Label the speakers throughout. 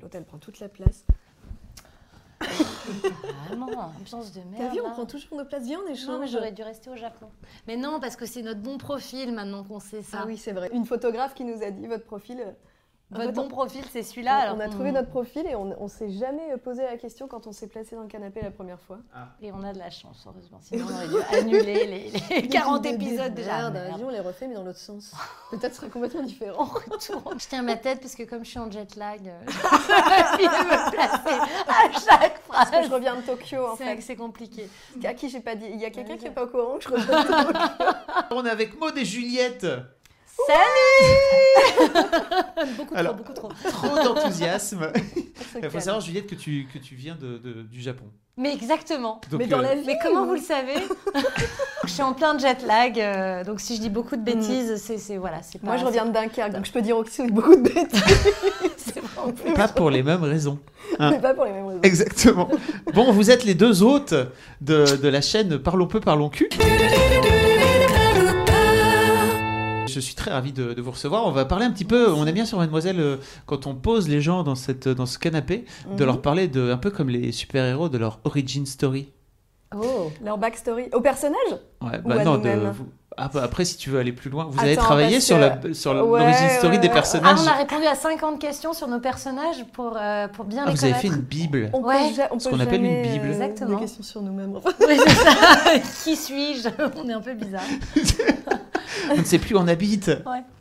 Speaker 1: L'autre, elle prend toute la place.
Speaker 2: Vraiment, ambiance de merde.
Speaker 1: T'as vu, on
Speaker 2: là.
Speaker 1: prend toujours nos places. Viens, on échange.
Speaker 2: Non, mais j'aurais dû rester au Japon. Mais non, parce que c'est notre bon profil maintenant qu'on sait ça.
Speaker 1: Ah oui, c'est vrai. Une photographe qui nous a dit votre profil. euh, en
Speaker 2: Votre
Speaker 1: fait,
Speaker 2: bon
Speaker 1: on-
Speaker 2: profil, c'est
Speaker 1: on-
Speaker 2: celui-là. Ah, alors
Speaker 1: on a
Speaker 2: qu'on-
Speaker 1: trouvé
Speaker 3: Hmm.
Speaker 1: notre profil et on, on s'est jamais euh, posé la question quand on s'est placé dans le canapé la première fois.
Speaker 3: Ah,
Speaker 2: Et on a de la chance, heureusement. Sinon, on aurait dû annuler les, les 40 épisodes déjà.
Speaker 1: Merde, Ah, bah, vas-y, on les refait, mais dans l'autre sens. Peut-être ce sera complètement différent.
Speaker 2: Retour. Je tiens ma tête parce que comme je suis en jet lag, euh, je vais me placer à chaque
Speaker 1: Parce que je
Speaker 2: phrase.
Speaker 1: reviens de Tokyo, en
Speaker 2: C'est
Speaker 1: fait.
Speaker 2: c'est compliqué.
Speaker 1: À qui j'ai pas dit Il y a quelqu'un
Speaker 2: Vas-y.
Speaker 1: qui est pas au courant que je reviens de Tokyo.
Speaker 3: On est avec Maud et Juliette.
Speaker 2: Salut Beaucoup
Speaker 3: Alors-
Speaker 2: trop, beaucoup trop.
Speaker 3: Trop d'enthousiasme.
Speaker 1: Se
Speaker 3: Il
Speaker 1: calme.
Speaker 3: faut savoir, Juliette, que tu, que tu viens de, de- du Japon.
Speaker 2: Mais exactement.
Speaker 3: Donc,
Speaker 1: Mais dans
Speaker 3: euh,
Speaker 1: la vie.
Speaker 2: Mais comment vous le savez Je suis en plein jet lag, euh, donc si je dis beaucoup de bêtises, c'est c'est- voilà, c'est pas.
Speaker 1: Moi, je reviens de Dunkerque, donc je peux dire aussi beaucoup de bêtises,
Speaker 2: c'est vraiment plus-
Speaker 3: Pas pour les mêmes raisons.
Speaker 1: mais pas pour les mêmes raisons.
Speaker 3: Exactement. Bon, vous êtes les deux hôtes de, de la chaîne Parlons peu, parlons cul. Je suis très ravi de, de vous recevoir. On va parler un petit peu. On aime bien sur Mademoiselle euh, quand on pose les gens dans cette dans ce canapé, de leur parler de un peu comme les super héros de leur origin story.
Speaker 2: Oh.
Speaker 1: Mhm. Leur backstory. Au personnage
Speaker 3: Ouais, bah
Speaker 1: Ou à
Speaker 3: non,
Speaker 1: nous-mêmes.
Speaker 3: vous- ah, bah, après, si tu veux aller plus loin, vous avez
Speaker 1: Attends,
Speaker 3: travaillé
Speaker 1: parce
Speaker 3: sur
Speaker 1: que-
Speaker 3: la sur l'origin
Speaker 1: Ouais,
Speaker 3: story
Speaker 1: ouais,
Speaker 3: des
Speaker 1: ouais.
Speaker 2: Ah,
Speaker 3: personnages.
Speaker 2: on a répondu à 50 questions sur nos personnages pour, euh, pour bien
Speaker 3: Ah,
Speaker 2: les
Speaker 3: vous avez
Speaker 2: connaître.
Speaker 3: fait une bible.
Speaker 1: On peut
Speaker 2: Ouais.
Speaker 1: ja- on
Speaker 3: Ce
Speaker 1: peut
Speaker 3: qu'on appelle une
Speaker 1: jamais,
Speaker 3: Bible. Euh.
Speaker 1: euh,
Speaker 2: Exactement.
Speaker 1: Des questions sur nous-mêmes. Enfin,
Speaker 2: Oui, c'est ça. Qui suis-je On est un peu bizarre.
Speaker 3: On ne sait plus où on habite.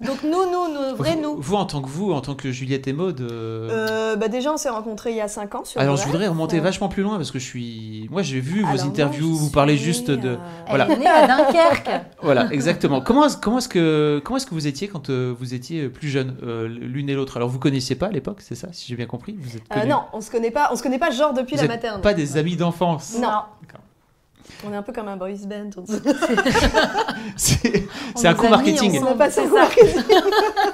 Speaker 2: Donc nous, nous, nous, vrai
Speaker 3: vous,
Speaker 2: nous.
Speaker 3: vous, en tant que vous, en tant que Juliette et Maud. euh,
Speaker 1: euh, bah déjà, on s'est rencontrés il y a 5 ans sur
Speaker 3: Alors je
Speaker 1: Bref.
Speaker 3: voudrais remonter
Speaker 1: euh,
Speaker 3: vachement plus loin parce que je suis. Moi j'ai vu
Speaker 1: Alors
Speaker 3: vos
Speaker 1: moi,
Speaker 3: interviews,
Speaker 1: je
Speaker 3: vous parlez
Speaker 1: suis,
Speaker 3: juste de.
Speaker 1: euh,
Speaker 3: Voilà.
Speaker 2: Elle est née à Dunkerque.
Speaker 3: Voilà, exactement. comment est-ce comment est-ce que comment est-ce que vous étiez quand euh, vous étiez plus jeune euh, l'une et l'autre Alors vous connaissiez pas à l'époque, c'est ça Si j'ai bien compris, vous êtes
Speaker 1: euh,
Speaker 3: connus.
Speaker 1: non, on se connaît pas, on se connaît pas genre depuis
Speaker 3: Vous
Speaker 1: la
Speaker 3: êtes
Speaker 1: maternelle.
Speaker 3: Pas des amis d'enfance.
Speaker 1: Non.
Speaker 3: D'accord.
Speaker 1: On est un peu comme un boys band. On,
Speaker 3: C'est
Speaker 2: On
Speaker 3: c'est un
Speaker 2: nous
Speaker 3: coup
Speaker 2: a mis
Speaker 3: marketing.
Speaker 2: ensemble.
Speaker 1: on a passé
Speaker 2: c'est
Speaker 1: ça.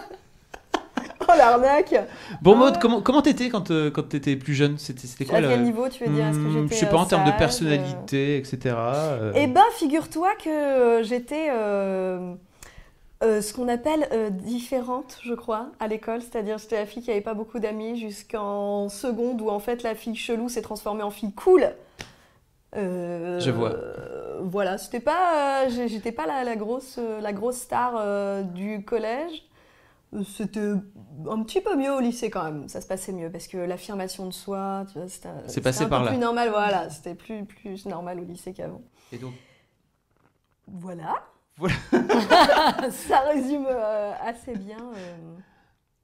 Speaker 1: oh l'arnaque.
Speaker 3: Bon
Speaker 1: Ah.
Speaker 3: Maud, comment comment t'étais quand euh, quand t'étais plus jeune C'était c'était quoi
Speaker 1: À
Speaker 3: la-
Speaker 1: quel niveau tu veux dire Est-ce que
Speaker 3: Hmm,
Speaker 1: j'étais
Speaker 3: Je sais pas
Speaker 1: euh,
Speaker 3: en termes de
Speaker 1: sage,
Speaker 3: personnalité, etc. euh,
Speaker 1: euh, Eh ben, figure-toi que euh, j'étais euh, euh, ce qu'on appelle euh, différente, je crois, à l'école. C'est-à-dire, j'étais la fille qui avait pas beaucoup d'amis jusqu'en seconde, où en fait la fille chelou s'est transformée en fille cool. Euh,
Speaker 3: Je vois.
Speaker 1: euh, voilà, c'était pas, euh, j'ai- j'étais pas la, la grosse, euh, la grosse star euh, du collège. Euh, C'était un petit peu mieux au lycée quand même. Ça se passait mieux parce que l'affirmation de soi, tu vois, c'était un- c'était
Speaker 3: passé
Speaker 1: un
Speaker 3: par
Speaker 1: peu
Speaker 3: là.
Speaker 1: plus normal. Voilà, c'était plus plus normal au lycée qu'avant.
Speaker 3: Et donc
Speaker 1: Voilà.
Speaker 3: Voilà.
Speaker 1: Ça résume euh, assez bien, euh,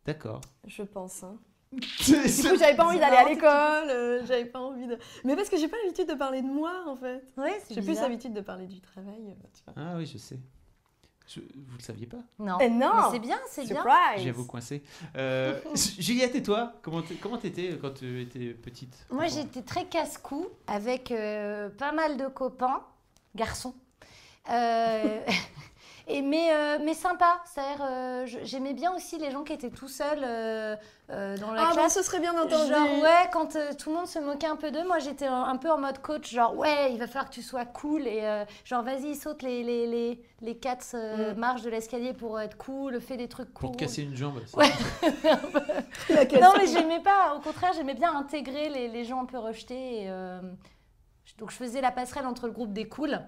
Speaker 3: d'accord.
Speaker 1: je pense. hein. Du coup,
Speaker 3: C'est-
Speaker 1: j'avais pas envie
Speaker 2: C'est
Speaker 1: d'aller à
Speaker 2: marrant, c'est
Speaker 1: l'école, euh, j'avais pas envie de. Mais parce que j'ai pas l'habitude de parler de moi en fait.
Speaker 2: Oui, c'est
Speaker 1: J'ai plus
Speaker 2: bizarre.
Speaker 1: l'habitude de parler du travail. euh, tu vois.
Speaker 3: Ah oui, je sais. Je- Vous le saviez pas
Speaker 2: Non.
Speaker 1: Eh non.
Speaker 2: Oh, Mais c'est bien, c'est bien.
Speaker 1: Surprise
Speaker 3: J'avoue coincé. Euh, Juliette et toi, comment t- comment t'étais euh, quand tu étais petite
Speaker 2: Moi, j'étais très casse-cou avec euh, pas mal de copains, garçons. Euh, et mais, euh, mais sympa. C'est-à-dire, euh, je- j'aimais bien aussi les gens qui étaient tout seuls euh, euh, dans la
Speaker 1: Ah bah
Speaker 2: classe.
Speaker 1: ce serait bien entendu.
Speaker 2: Genre, ouais, quand euh, tout le monde se moquait un peu d'eux, moi j'étais un, un peu en mode coach, genre, ouais, il va falloir que tu sois cool et euh, genre, vas-y, saute les, les, les, les quatre euh,
Speaker 1: Mm.
Speaker 2: marches de l'escalier pour être cool, fais des trucs cool.
Speaker 3: Pour te casser une jambe. ça.
Speaker 2: Ouais.
Speaker 1: Laquelle
Speaker 2: Non, mais j'aimais pas. Au contraire, j'aimais bien intégrer les, les gens un peu rejetés. et, euh, je- donc, je faisais la passerelle entre le groupe des cools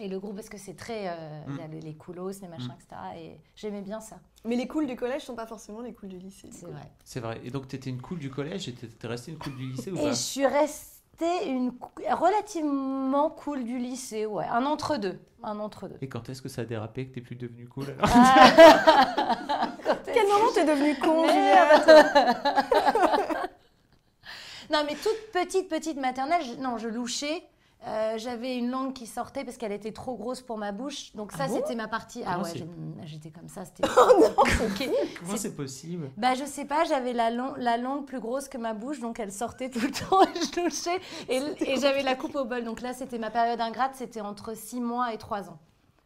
Speaker 2: et le groupe, parce que c'est très. euh, Il y a
Speaker 1: Mm.
Speaker 2: le- les coolos, les machins, etc. Et j'aimais bien ça,
Speaker 1: Mais les cools du collège sont pas forcément les cools du lycée. du
Speaker 2: c'est
Speaker 1: coup.
Speaker 2: vrai.
Speaker 3: C'est vrai. Et donc t'étais une cool du collège et t'es t'es restée une cool du lycée ou
Speaker 2: Et
Speaker 3: pas
Speaker 2: je suis restée une, cou- relativement cool du lycée, ouais. Un entre-deux. Un entre-deux.
Speaker 3: Et quand est-ce que ça a dérapé que t'es plus devenue cool alors
Speaker 1: Ah, À quel moment t'es devenue con
Speaker 2: Merde.
Speaker 1: Juliette
Speaker 2: Non, mais toute petite, petite maternelle, je- non, je louchais. Euh, j'avais une langue qui sortait parce qu'elle était trop grosse pour ma bouche. Donc ça,
Speaker 1: Ah bon
Speaker 2: c'était ma partie. Ah
Speaker 3: Comment
Speaker 2: ouais,
Speaker 3: c'est-
Speaker 2: j'ai- j'étais comme ça. C'était... Ok.
Speaker 3: Comment c'est possible
Speaker 2: Bah je sais pas, j'avais la, lang- la langue plus grosse que ma bouche, donc elle sortait tout le temps et je touchais. Et, et j'avais la coupe au bol. Donc là, c'était ma période ingrate, c'était entre 6 mois et 3 ans.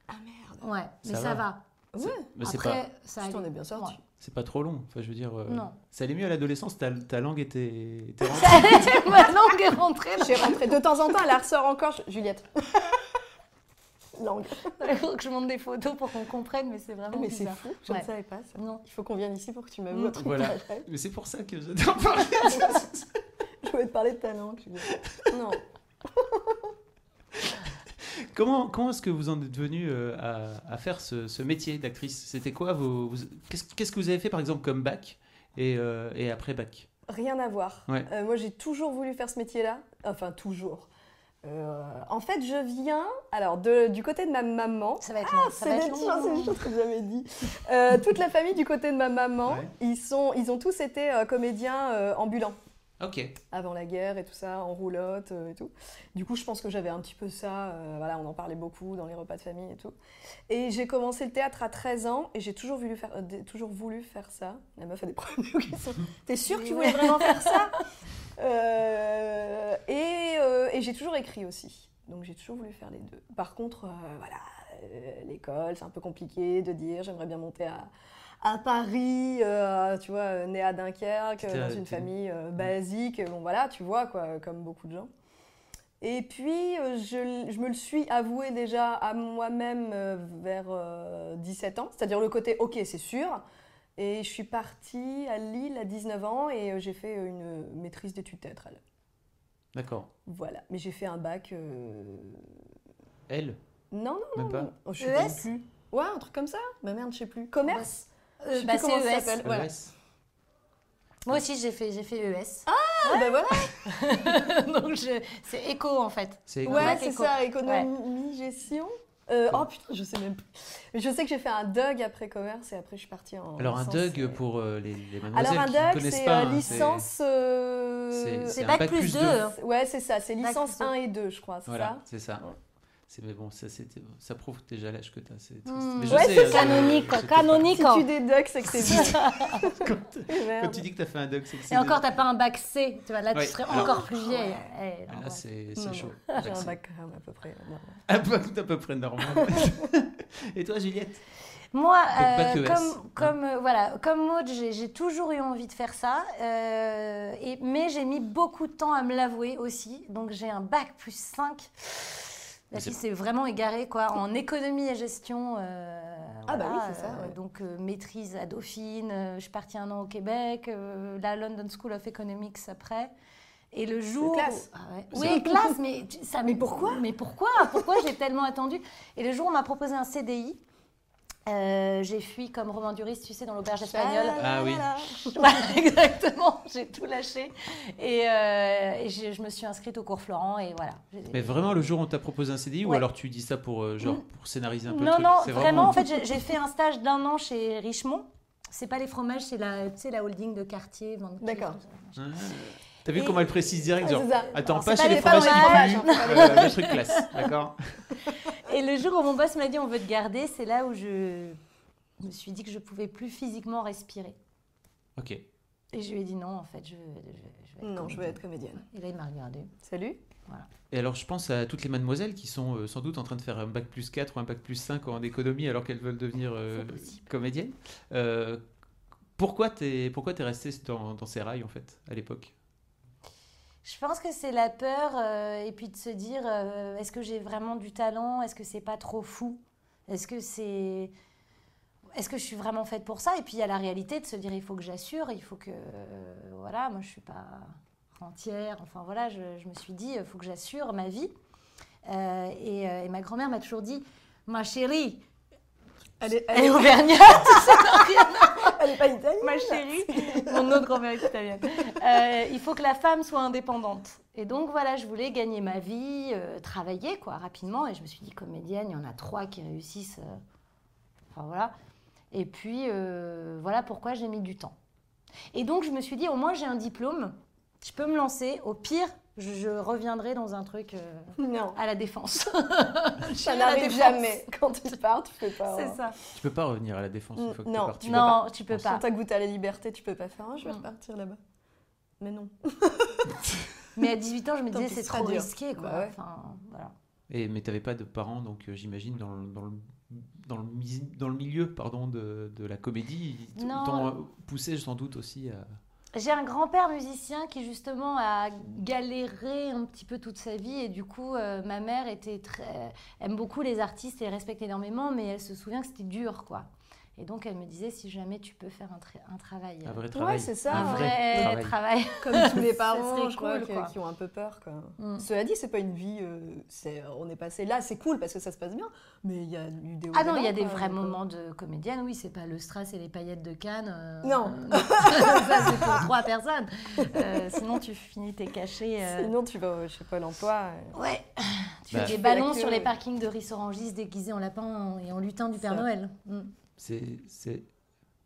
Speaker 1: Ah merde.
Speaker 2: Ouais, mais
Speaker 3: Ça
Speaker 2: ça,
Speaker 3: va.
Speaker 2: va.
Speaker 1: Ouais,
Speaker 3: Mais Bah, c'est
Speaker 2: Après,
Speaker 3: pas,
Speaker 2: ça
Speaker 1: tu t'en
Speaker 2: allait.
Speaker 1: es bien sorti.
Speaker 2: Ouais.
Speaker 3: c'est pas trop long. Enfin, je veux dire, euh,
Speaker 2: Non.
Speaker 3: ça allait mieux à l'adolescence. Ta, ta langue était, était rentrée.
Speaker 2: ma langue est rentrée
Speaker 1: J'ai rentré de temps en temps, elle la ressort encore. je- Juliette. Langue.
Speaker 2: dans Il faut que je montre des photos pour qu'on comprenne, mais c'est vraiment
Speaker 1: Mais c'est
Speaker 2: Oh, bizarre.
Speaker 1: fou, je
Speaker 2: Ouais.
Speaker 1: ne savais pas ça.
Speaker 2: Non.
Speaker 1: Il faut qu'on vienne ici pour que tu m'avoues
Speaker 2: Mm.
Speaker 1: un truc
Speaker 3: Voilà.
Speaker 1: pareil.
Speaker 3: Mais c'est pour ça que j'adore parler.
Speaker 1: Je voulais te parler de ta langue, Juliette. Non.
Speaker 3: comment comment est-ce que vous en êtes venu euh, à, à faire ce, ce métier d'actrice C'était quoi vos, vos- qu'est-ce, qu'est-ce que vous avez fait par exemple comme bac et, euh, et après bac
Speaker 1: Rien à voir.
Speaker 3: Ouais.
Speaker 1: Euh, moi, j'ai toujours voulu faire ce métier-là. Enfin, toujours. Euh, en fait, je viens alors de- du côté de ma maman.
Speaker 2: Ça va être long.
Speaker 1: Ah,
Speaker 2: Ça
Speaker 1: C'est
Speaker 2: va
Speaker 1: des
Speaker 2: être
Speaker 1: choses, c'est des
Speaker 2: long.
Speaker 1: choses que j'ai jamais dit. Euh, toute la famille du côté de ma maman,
Speaker 3: Ouais.
Speaker 1: ils, sont, ils ont tous été euh, comédiens euh, ambulants
Speaker 3: Ok.
Speaker 1: avant la guerre et tout ça, en roulotte euh, et tout. Du coup, je pense que j'avais un petit peu ça. euh, voilà, on en parlait beaucoup dans les repas de famille et tout. Et j'ai commencé le théâtre à 13 ans et j'ai toujours voulu faire, euh, des- toujours voulu faire ça. La meuf a des problèmes de questions. T'es sûre que tu voulais vraiment faire ça Euh, Et, euh, et j'ai toujours écrit aussi. Donc j'ai toujours voulu faire les deux. Par contre, euh, voilà, euh, l'école, c'est un peu compliqué de dire j'aimerais bien monter à, à Paris, euh, tu vois, euh, né à Dunkerque,
Speaker 3: T'étais-
Speaker 1: euh, dans une
Speaker 3: t'étais- Mm.
Speaker 1: famille euh, basique. Bon voilà, tu vois, quoi, euh, comme beaucoup de gens. Et puis, euh, je, l- je me le suis avoué déjà à moi-même euh, vers euh, 17 ans, c'est-à-dire le côté ok, c'est sûr. Et je suis partie à Lille à 19 ans et euh, j'ai fait une maîtrise d'études théâtrales.
Speaker 3: D'accord.
Speaker 1: Voilà. Mais j'ai fait un bac. euh,
Speaker 3: Elle
Speaker 1: Non, non,
Speaker 3: même pas.
Speaker 1: non. Oh, je sais
Speaker 2: ES?
Speaker 1: même plus. Ouais, un truc comme ça. Ma Bah merde, je sais plus. Commerce
Speaker 2: Euh,
Speaker 1: Je sais
Speaker 2: bah,
Speaker 1: plus comment
Speaker 2: c'est
Speaker 1: ça
Speaker 2: ES.
Speaker 1: s'appelle. Voilà.
Speaker 3: ES.
Speaker 2: Moi aussi, j'ai fait, j'ai fait ES.
Speaker 1: Ah, bah voilà. Ah.
Speaker 2: Donc, je- c'est éco en fait.
Speaker 3: C'est
Speaker 2: Ouais,
Speaker 1: Ouais,
Speaker 2: bac
Speaker 1: c'est
Speaker 2: éco.
Speaker 1: ça, économie, gestion. Euh, oh putain, je sais même plus. Mais je sais que j'ai fait un DUG après commerce et après je suis partie en.
Speaker 3: Alors un
Speaker 1: licence,
Speaker 3: Doug
Speaker 1: euh,
Speaker 3: pour euh, les, les mademoiselles
Speaker 1: Alors un
Speaker 3: qui ne
Speaker 1: DUG,
Speaker 3: connaissent
Speaker 1: c'est
Speaker 3: pas,
Speaker 1: euh,
Speaker 3: hein, c'est-
Speaker 1: licence. euh,
Speaker 3: C'est
Speaker 2: C'est
Speaker 3: un
Speaker 2: bac
Speaker 3: bac
Speaker 2: plus
Speaker 3: plus
Speaker 2: 2.
Speaker 3: deux.
Speaker 1: Ouais, c'est ça, c'est
Speaker 2: Bac
Speaker 1: licence
Speaker 2: plus
Speaker 1: 1 et 2, je crois, c'est
Speaker 3: Voilà,
Speaker 1: ça
Speaker 3: c'est ça.
Speaker 1: Ouais.
Speaker 3: C'est mais bon, ça c'était ça prouve déjà l'âge que t'as, c'est triste.
Speaker 2: Hmm.
Speaker 3: Mais je
Speaker 1: Ouais,
Speaker 3: sais,
Speaker 1: c'est
Speaker 3: hein,
Speaker 2: canonique,
Speaker 3: je-
Speaker 2: quoi,
Speaker 3: je sais pas.
Speaker 2: canonique.
Speaker 1: Si
Speaker 2: Nico.
Speaker 1: tu déducts, c'est que c'est bizarre.
Speaker 3: Quand, t- quand
Speaker 1: Merde.
Speaker 3: tu dis que t'as fait un doc, c'est que c'est
Speaker 2: Et encore,
Speaker 3: déjà-
Speaker 2: t'as pas un bac C. Tu vois, là,
Speaker 3: Ouais.
Speaker 2: tu serais
Speaker 3: Alors-
Speaker 2: encore plus vieille. Eh, non,
Speaker 3: Ah,
Speaker 2: ouais. Ah,
Speaker 3: Là, c'est
Speaker 1: Non,
Speaker 3: c'est
Speaker 1: non.
Speaker 3: chaud.
Speaker 1: J'ai
Speaker 3: Jackson.
Speaker 1: un bac quand même à peu près. euh, normal.
Speaker 3: Un bac d'à peu près normal.
Speaker 2: Ah,
Speaker 3: Et toi, Juliette
Speaker 2: Moi,
Speaker 3: Donc, bac
Speaker 2: euh,
Speaker 3: ES.
Speaker 2: comme, comme, euh, voilà, comme Maud, j'ai j'ai toujours eu envie de faire ça. euh, et, mais j'ai mis beaucoup de temps à me l'avouer aussi. Donc j'ai un bac plus 5.
Speaker 3: Mais
Speaker 2: La
Speaker 3: c'est-
Speaker 2: fille s'est vraiment égarée quoi, en économie et gestion. euh,
Speaker 1: Ah bah
Speaker 2: voilà,
Speaker 1: oui, c'est ça,
Speaker 2: euh,
Speaker 1: ouais.
Speaker 2: Donc euh, maîtrise à Dauphine, euh, je suis partie un an au Québec, euh, la London School of Economics après. Et le jour. où-
Speaker 1: classe.
Speaker 2: Ah ouais. Oui, classe, mais tu- ça. Mais pourquoi Mais pourquoi Pourquoi j'ai tellement attendu Et le jour où on m'a proposé un CDI, euh, j'ai fui comme Romain Duris, tu sais, dans l'auberge espagnole.
Speaker 3: Ah oui.
Speaker 2: Voilà, exactement, j'ai tout lâché. Et, euh, et j'ai- je me suis inscrite au cours Florent et voilà. J'ai-
Speaker 3: Mais vraiment, le jour où on t'a proposé un CDI, ou
Speaker 2: Ouais. Hmm.
Speaker 3: alors tu dis ça pour, euh, genre, pour scénariser un peu le
Speaker 2: Non,
Speaker 3: truc
Speaker 2: non,
Speaker 3: C'est
Speaker 2: vraiment, en fait, j'ai- j'ai fait un stage d'un an chez Richemont. C'est pas les fromages, c'est la, tu sais, la holding de quartier. Van Cleef,
Speaker 1: D'accord.
Speaker 2: tout ça.
Speaker 3: Ah. T'as vu
Speaker 2: Et-
Speaker 3: comment elle précise direct
Speaker 1: Ouais,
Speaker 3: genre,
Speaker 1: c'est ça.
Speaker 3: Attends,
Speaker 2: Alors,
Speaker 3: pas
Speaker 2: c'est pas
Speaker 3: chez les
Speaker 2: les- pas dans
Speaker 3: fromages
Speaker 1: les
Speaker 3: qui puent,
Speaker 1: fromages,
Speaker 3: euh, le truc classe, d'accord
Speaker 2: Et le jour où mon boss m'a dit on veut te garder, c'est là où je me suis dit que je pouvais plus physiquement respirer.
Speaker 3: Ok.
Speaker 2: Et je lui ai dit non, en fait, je, je- je vais être
Speaker 1: Non, je veux
Speaker 2: comédienne.
Speaker 1: être comédienne.
Speaker 2: Et là, il m'a regardé.
Speaker 1: Salut.
Speaker 3: Et alors, je pense à toutes les mademoiselles qui sont euh, sans doute en train de faire un bac plus 4 ou un bac plus 5 en économie alors qu'elles veulent devenir euh,
Speaker 2: C'est possible.
Speaker 3: comédiennes. Euh, pourquoi t'es pourquoi t'es restée dans, dans ces rails, en fait, à l'époque
Speaker 2: Je pense que c'est la peur euh, et puis de se dire euh, est-ce que j'ai vraiment du talent Est-ce que c'est pas trop fou Est-ce que c'est est-ce que je suis vraiment faite pour ça Et puis il y a la réalité de se dire il faut que j'assure, il faut que euh, voilà, moi je suis pas rentière. Enfin voilà, je, je me suis dit il faut que j'assure ma vie. Euh, et, euh, et ma grand-mère m'a toujours dit ma chérie,
Speaker 1: Elle est,
Speaker 2: elle est
Speaker 1: elle est-
Speaker 2: auvergnate, ça n'a rien à
Speaker 1: elle est pas italienne.
Speaker 2: ma chérie, mon autre grand-mère est italienne. Euh, il faut que la femme soit indépendante. Et donc voilà, je voulais gagner ma vie, euh, travailler quoi rapidement. Et je me suis dit comédienne, il y en a trois qui réussissent. euh, enfin voilà. Et puis euh, voilà pourquoi j'ai mis du temps. Et donc je me suis dit au moins j'ai un diplôme, je peux me lancer. Au pire, je, je reviendrai dans un truc euh,
Speaker 1: Non.
Speaker 2: à la défense. Je suis
Speaker 1: Ça
Speaker 2: à la
Speaker 1: n'arrive
Speaker 2: défense.
Speaker 1: jamais. Quand tu pars, tu peux pas. hein.
Speaker 2: C'est ça.
Speaker 3: Tu peux pas revenir à la défense une
Speaker 1: Mm,
Speaker 3: fois que
Speaker 1: non,
Speaker 3: t'es parti.
Speaker 2: Oh. non, tu peux
Speaker 1: Quand
Speaker 2: pas.
Speaker 1: t'as goûté à la liberté, tu peux pas faire. Ah, je vais
Speaker 2: Mm.
Speaker 1: repartir là-bas. Mais non.
Speaker 2: Mais à 18 ans, je me
Speaker 1: Tant
Speaker 2: disais,
Speaker 1: pis,
Speaker 2: c'est
Speaker 1: ce sera
Speaker 2: trop
Speaker 1: dur.
Speaker 2: risqué, quoi.
Speaker 1: Bah ouais.
Speaker 2: Enfin, voilà.
Speaker 3: Et, mais t'avais pas de parents, donc euh, j'imagine dans le, dans, le, dans, le, mis- dans le milieu pardon, de, de la comédie, ils t- ils
Speaker 2: Non.
Speaker 3: t'ont euh, poussé sans doute aussi à...
Speaker 2: J'ai un grand-père musicien qui justement a galéré un petit peu toute sa vie et du coup euh, ma mère était très aime beaucoup les artistes et les respecte énormément mais elle se souvient que c'était dur quoi. Et donc elle me disait si jamais tu peux faire un, tra- un travail
Speaker 3: un
Speaker 2: euh,
Speaker 3: vrai travail.
Speaker 1: c'est ça,
Speaker 3: Un
Speaker 2: un
Speaker 3: vrai,
Speaker 2: vrai
Speaker 3: travail.
Speaker 2: travail.
Speaker 1: Comme tous les
Speaker 2: Ça
Speaker 1: parents,
Speaker 2: serait
Speaker 1: je crois,
Speaker 2: cool,
Speaker 1: qui,
Speaker 2: quoi.
Speaker 1: qui ont un peu peur. Quoi.
Speaker 2: Mm.
Speaker 1: Cela dit, c'est pas une vie. euh, c'est- on est passé là, c'est cool parce que ça se passe bien. Mais il y a eu des. hauts
Speaker 2: Ah non,
Speaker 1: et
Speaker 2: il y a
Speaker 1: bas,
Speaker 2: des
Speaker 1: quoi,
Speaker 2: vrais
Speaker 1: donc, euh,
Speaker 2: moments de comédienne, oui, c'est pas le strass et les paillettes de Cannes. euh,
Speaker 1: Non.
Speaker 2: euh, ça c'est pour trois personnes. Euh, sinon tu finis tes cachets euh,
Speaker 1: Sinon, tu vas chez Pôle emploi.
Speaker 2: Ouais. Tu
Speaker 1: Tu
Speaker 2: fais
Speaker 3: Bah,
Speaker 2: des
Speaker 1: fais
Speaker 2: ballons
Speaker 1: la queue,
Speaker 2: sur les
Speaker 1: ouais.
Speaker 2: parkings de Rissorangis déguisés en lapin et en lutin du Père
Speaker 1: Ça.
Speaker 2: Noël. Mm.
Speaker 3: C'est- c'est-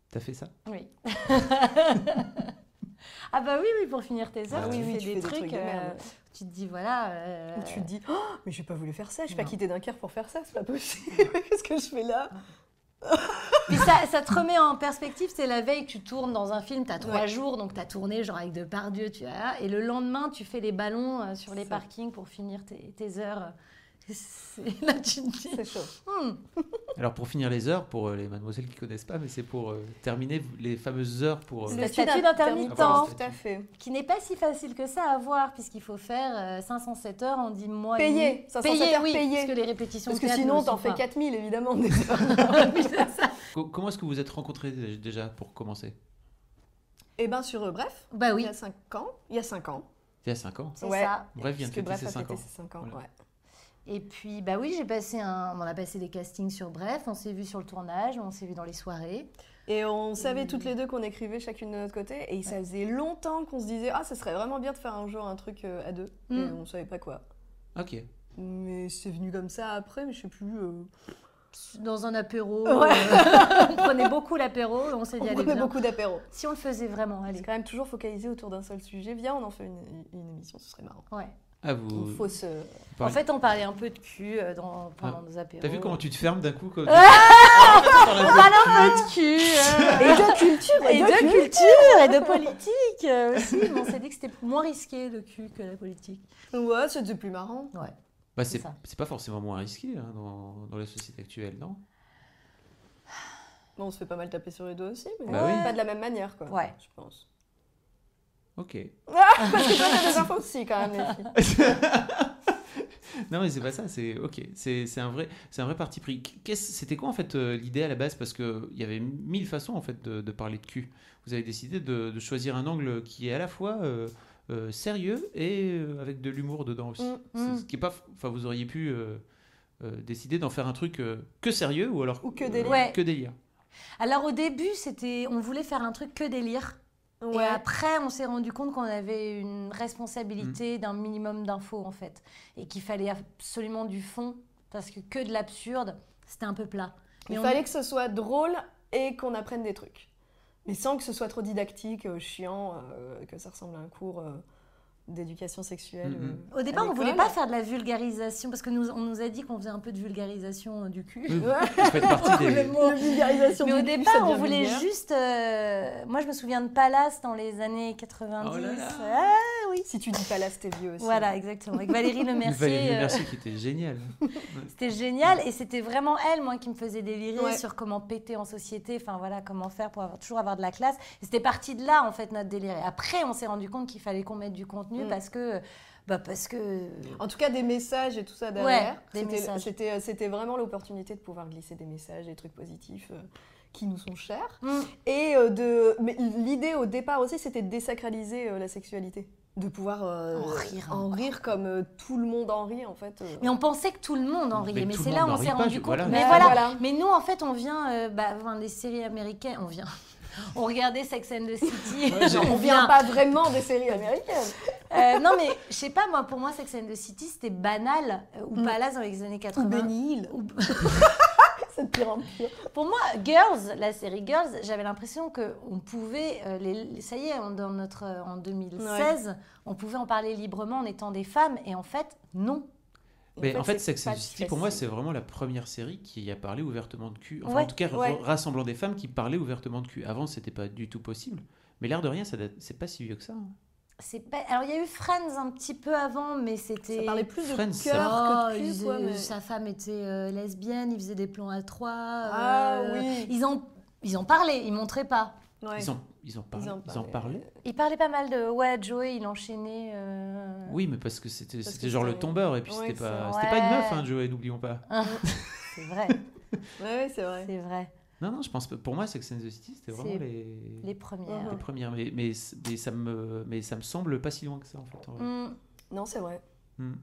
Speaker 3: T'as fait ça
Speaker 2: Oui. ah bah oui, oui, pour finir tes heures,
Speaker 3: Ah
Speaker 2: tu,
Speaker 3: oui,
Speaker 2: fais, des trucs,
Speaker 1: de merde.
Speaker 2: euh, tu te dis voilà. euh,
Speaker 1: Où tu te dis, oh, mais j'ai pas voulu faire ça, j'ai pas
Speaker 2: Non.
Speaker 1: quitté Dunkerque pour faire ça, c'est pas possible. Qu'est-ce que je fais là
Speaker 2: Puis ça, ça te remet en perspective, c'est la veille que tu tournes dans un film, t'as trois
Speaker 1: Ouais.
Speaker 2: jours, donc t'as tourné genre avec Depardieu, tu vois, et le lendemain, tu fais les ballons euh, sur les
Speaker 1: Ça.
Speaker 2: parkings pour finir tes, tes heures. Et c'est- Là, tu te dis,
Speaker 1: C'est chaud.
Speaker 2: hmm,
Speaker 3: Alors pour finir les heures, pour euh, les mademoiselles qui connaissent pas, mais c'est pour euh, terminer les fameuses heures pour... euh,
Speaker 2: Le statut d'intermittent.
Speaker 1: Tout à fait.
Speaker 2: qui n'est pas si facile que ça à voir, puisqu'il faut faire euh, 507 heures en 10 mois. et
Speaker 1: Payer,
Speaker 2: demi.
Speaker 1: 507
Speaker 2: payer,
Speaker 1: heures
Speaker 2: oui,
Speaker 1: payées.
Speaker 2: parce que les répétitions.
Speaker 1: Parce
Speaker 2: de
Speaker 1: que
Speaker 2: théâtre ne
Speaker 1: sinon, t'en
Speaker 2: sont
Speaker 1: fais
Speaker 2: pas.
Speaker 1: 4000 évidemment. des heures.
Speaker 2: Oui, c'est ça.
Speaker 3: Co- comment est-ce que vous êtes rencontrés dé- déjà pour commencer
Speaker 1: Et ben sur euh, Bref,
Speaker 2: bah oui,
Speaker 1: il y a 5 ans. Il y a 5 ans.
Speaker 3: Il y a 5 ans.
Speaker 2: c'est
Speaker 1: Ouais.
Speaker 2: ça.
Speaker 3: Bref, vient de
Speaker 1: Parce que
Speaker 3: fêter
Speaker 1: Bref
Speaker 3: ses
Speaker 1: a
Speaker 3: 5
Speaker 1: fêté
Speaker 3: ans.
Speaker 1: ses 5 ans.
Speaker 3: Voilà.
Speaker 1: ouais.
Speaker 2: Et puis, bah oui, j'ai passé un... on a passé des castings sur Bref, on s'est vu sur le tournage, on s'est vu dans les soirées.
Speaker 1: Et on savait toutes les deux qu'on écrivait chacune de notre côté. Et ça faisait longtemps qu'on se disait Ah, ça serait vraiment bien de faire un jour un truc euh, à deux.
Speaker 2: Mm.
Speaker 1: Et on savait pas quoi.
Speaker 3: Ok.
Speaker 1: Mais c'est venu comme ça après, mais je sais plus. euh,
Speaker 2: Dans un apéro,
Speaker 1: Ouais.
Speaker 2: euh, on prenait beaucoup l'apéro, on s'est
Speaker 1: On
Speaker 2: dit, allez,
Speaker 1: prenait
Speaker 2: viens.
Speaker 1: beaucoup d'apéros.
Speaker 2: Si on le faisait vraiment,
Speaker 1: C'est
Speaker 2: allez.
Speaker 1: quand même toujours focalisé autour d'un seul sujet. Viens, on en fait une, une émission, ce serait marrant.
Speaker 2: Ouais.
Speaker 3: Ah, vous...
Speaker 1: Une fausse. euh,
Speaker 2: En
Speaker 3: Parle-
Speaker 2: fait, on parlait un peu de cul euh, dans... pendant nos apéros.
Speaker 3: Ah. T'as vu comment tu te fermes d'un coup comme...
Speaker 2: Ah On parlait un peu de cul. euh,
Speaker 1: Et de culture
Speaker 2: Et, de
Speaker 1: cul-
Speaker 2: culture et de politique euh, aussi. Mais on s'est dit que c'était moins risqué le cul que la politique.
Speaker 1: Ouais, c'était plus marrant.
Speaker 3: Bah,
Speaker 2: C'est
Speaker 3: c'est
Speaker 2: ça.
Speaker 3: c'est pas forcément moins risqué hein, dans, dans la société actuelle, non
Speaker 1: Bon, on se fait pas mal taper sur les doigts aussi, mais
Speaker 3: Bah oui.
Speaker 1: pas de la même manière, quoi.
Speaker 2: Ouais.
Speaker 1: Je pense.
Speaker 3: Ok.
Speaker 1: Parce que toi, t'as des infos aussi, quand même, les filles.
Speaker 3: non mais c'est pas ça, c'est ok, c'est c'est un vrai, c'est un vrai parti pris. Qu'est-ce- C'était quoi en fait euh, l'idée à la base Parce que il y avait mille façons en fait de, de parler de cul. Vous avez décidé de, de choisir un angle qui est à la fois euh, euh, sérieux et euh, avec de l'humour dedans aussi.
Speaker 1: Mm,
Speaker 3: C'est-
Speaker 2: mm.
Speaker 3: Ce qui est pas, enfin vous auriez pu euh, euh, décider d'en faire un truc euh, que sérieux ou alors
Speaker 1: Ou que délire.
Speaker 2: Ouais.
Speaker 3: que délire.
Speaker 2: Alors au début, c'était, on voulait faire un truc que délire. Et
Speaker 1: Ouais.
Speaker 2: après, on s'est rendu compte qu'on avait une responsabilité
Speaker 1: Mm.
Speaker 2: d'un minimum d'infos en fait, et qu'il fallait absolument du fond parce que que de l'absurde, c'était un peu plat.
Speaker 1: Il
Speaker 2: on-
Speaker 1: fallait que ce soit drôle et qu'on apprenne des trucs. Mais sans que ce soit trop didactique, euh, chiant, euh, que ça ressemble à un cours euh, d'éducation sexuelle.
Speaker 3: Mhm.
Speaker 1: euh,
Speaker 2: Au départ,
Speaker 1: à
Speaker 2: on voulait
Speaker 1: l'école.
Speaker 2: pas faire de la vulgarisation parce que nous, on nous a dit qu'on faisait un peu de vulgarisation euh, du cul.
Speaker 3: Oui,
Speaker 1: Ouais.
Speaker 3: Vous faites partie des.
Speaker 2: Le mot
Speaker 1: La vulgarisation
Speaker 2: Mais au
Speaker 1: du cul,
Speaker 2: départ,
Speaker 1: ça
Speaker 2: on
Speaker 1: devient
Speaker 2: voulait
Speaker 1: vulgaire.
Speaker 2: juste. euh, moi, je me souviens de Palace dans les années 90.
Speaker 3: Oh là là.
Speaker 2: Ah,
Speaker 1: Si tu dis pas là, c'était vieux aussi.
Speaker 2: voilà, exactement. Avec Valérie Le Mercier.
Speaker 3: Valérie
Speaker 2: euh,
Speaker 3: Mercier qui était génial.
Speaker 2: C'était génial et c'était vraiment elle, moi, qui me faisait délirer
Speaker 1: Ouais.
Speaker 2: sur comment péter en société, enfin voilà, comment faire pour avoir- toujours avoir de la classe. Et C'était parti de là, en fait, notre délire. Et après, on s'est rendu compte qu'il fallait qu'on mette du contenu
Speaker 1: Mm.
Speaker 2: parce que. Bah, parce que.
Speaker 1: En tout cas, des messages et tout ça derrière.
Speaker 2: des
Speaker 1: C'était-
Speaker 2: messages.
Speaker 1: C'était, euh, c'était vraiment l'opportunité de pouvoir glisser des messages, des trucs positifs euh, qui nous sont chers.
Speaker 2: Mm.
Speaker 1: Et euh, de, mais l'idée au départ aussi, c'était de désacraliser euh, la sexualité. De pouvoir euh,
Speaker 2: En rire,
Speaker 1: en
Speaker 2: encore.
Speaker 1: rire comme euh, tout le monde en rit en fait. euh.
Speaker 2: Mais on pensait que tout le monde en
Speaker 3: Mais
Speaker 2: riait. Mais,
Speaker 3: tout le
Speaker 2: c'est
Speaker 3: monde
Speaker 2: là où
Speaker 3: n'en
Speaker 2: on
Speaker 3: rit
Speaker 2: s'est
Speaker 3: pas, je-
Speaker 2: rendu compte.
Speaker 3: voilà.
Speaker 2: Mais
Speaker 1: Bah,
Speaker 2: voilà.
Speaker 1: voilà.
Speaker 2: Mais nous, en fait, on vient. euh, bah, enfin, des séries américaines. On vient. On regardait Sex and the City.
Speaker 3: Ouais, j'ai-
Speaker 1: on vient pas vraiment des séries américaines.
Speaker 2: Euh, non, mais je sais pas, moi, pour moi, Sex and the City, c'était banal. euh, Ou
Speaker 1: Mm.
Speaker 2: Palace dans les années 80.
Speaker 1: Benny Hill.
Speaker 2: Ou-
Speaker 1: C'est de pire en pire.
Speaker 2: Pour moi, Girls, la série Girls, j'avais l'impression que on pouvait, euh, les, ça y est, on- dans notre, euh, en 2016, on pouvait en parler librement en étant des femmes, et en fait, non.
Speaker 3: Mais en fait,
Speaker 1: c'est
Speaker 3: Sex
Speaker 1: pas
Speaker 3: and the City, pour moi,
Speaker 1: facile.
Speaker 3: c'est vraiment la première série qui a parlé ouvertement de cul. Enfin,
Speaker 2: Ouais,
Speaker 3: en tout cas,
Speaker 1: ouais.
Speaker 3: rassemblant des femmes qui parlaient ouvertement de cul. Avant, c'était pas du tout possible. Mais l'air de rien, ça date- c'est pas si vieux que ça. hein.
Speaker 2: C'est pas... Alors, il y a eu Friends un petit peu avant, mais c'était...
Speaker 1: Ça parlait plus de
Speaker 3: Friends, ça-
Speaker 1: cœur
Speaker 2: Oh,
Speaker 1: que de cul,
Speaker 2: ils-
Speaker 1: quoi.
Speaker 2: euh,
Speaker 1: mais-
Speaker 2: Sa femme était euh, lesbienne, il faisait des plans à trois.
Speaker 1: Ah
Speaker 2: euh,
Speaker 1: oui.
Speaker 2: Ils en, ils en parlaient, ils montraient pas.
Speaker 1: Ouais.
Speaker 3: Ils, en, ils, en parlaient,
Speaker 1: en
Speaker 3: ils en
Speaker 1: parlaient.
Speaker 3: parlaient.
Speaker 2: Ils parlaient euh, pas mal de... Ouais, Joey, il enchaînait... euh,
Speaker 3: Oui, mais parce que c'était
Speaker 1: Parce
Speaker 3: c'était
Speaker 1: que
Speaker 3: genre le
Speaker 1: c'était-
Speaker 3: tombeur. Et puis,
Speaker 1: Ouais,
Speaker 3: c'était pas,
Speaker 2: c'est-
Speaker 3: c'était pas une meuf,
Speaker 2: ouais.
Speaker 3: hein, Joey, n'oublions pas.
Speaker 2: C'est vrai,
Speaker 1: Ouais, ouais, c'est vrai.
Speaker 2: c'est vrai.
Speaker 3: Non, non, je pense pas. Pour moi, Sex and the City, c'était vraiment
Speaker 2: C'est-
Speaker 3: les...
Speaker 2: Les premières.
Speaker 3: les premières. Mais, mais, c- mais ça me, mais ça me semble pas si loin que ça, en fait.
Speaker 1: Oh.
Speaker 3: en vrai.
Speaker 2: Hmm.
Speaker 1: Non, c'est vrai.
Speaker 3: Hmm.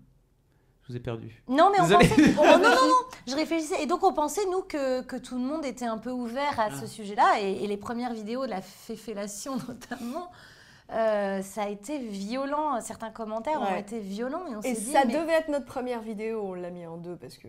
Speaker 3: Je vous ai perdu.
Speaker 2: Non, mais on
Speaker 3: Désolé.
Speaker 2: pensait. oh, non, non, non, je réfléchissais. Et donc, on pensait, nous, que, que tout le monde était un peu ouvert à
Speaker 3: Ah.
Speaker 2: ce sujet-là. Et, et les premières vidéos de la féfélation, notamment, euh, ça a été violent. Certains commentaires ont
Speaker 1: Ouais.
Speaker 2: été violents. Et on s'est
Speaker 1: Et
Speaker 2: dit.
Speaker 1: ça
Speaker 2: mais-
Speaker 1: devait être notre première vidéo, on l'a mis en deux parce que.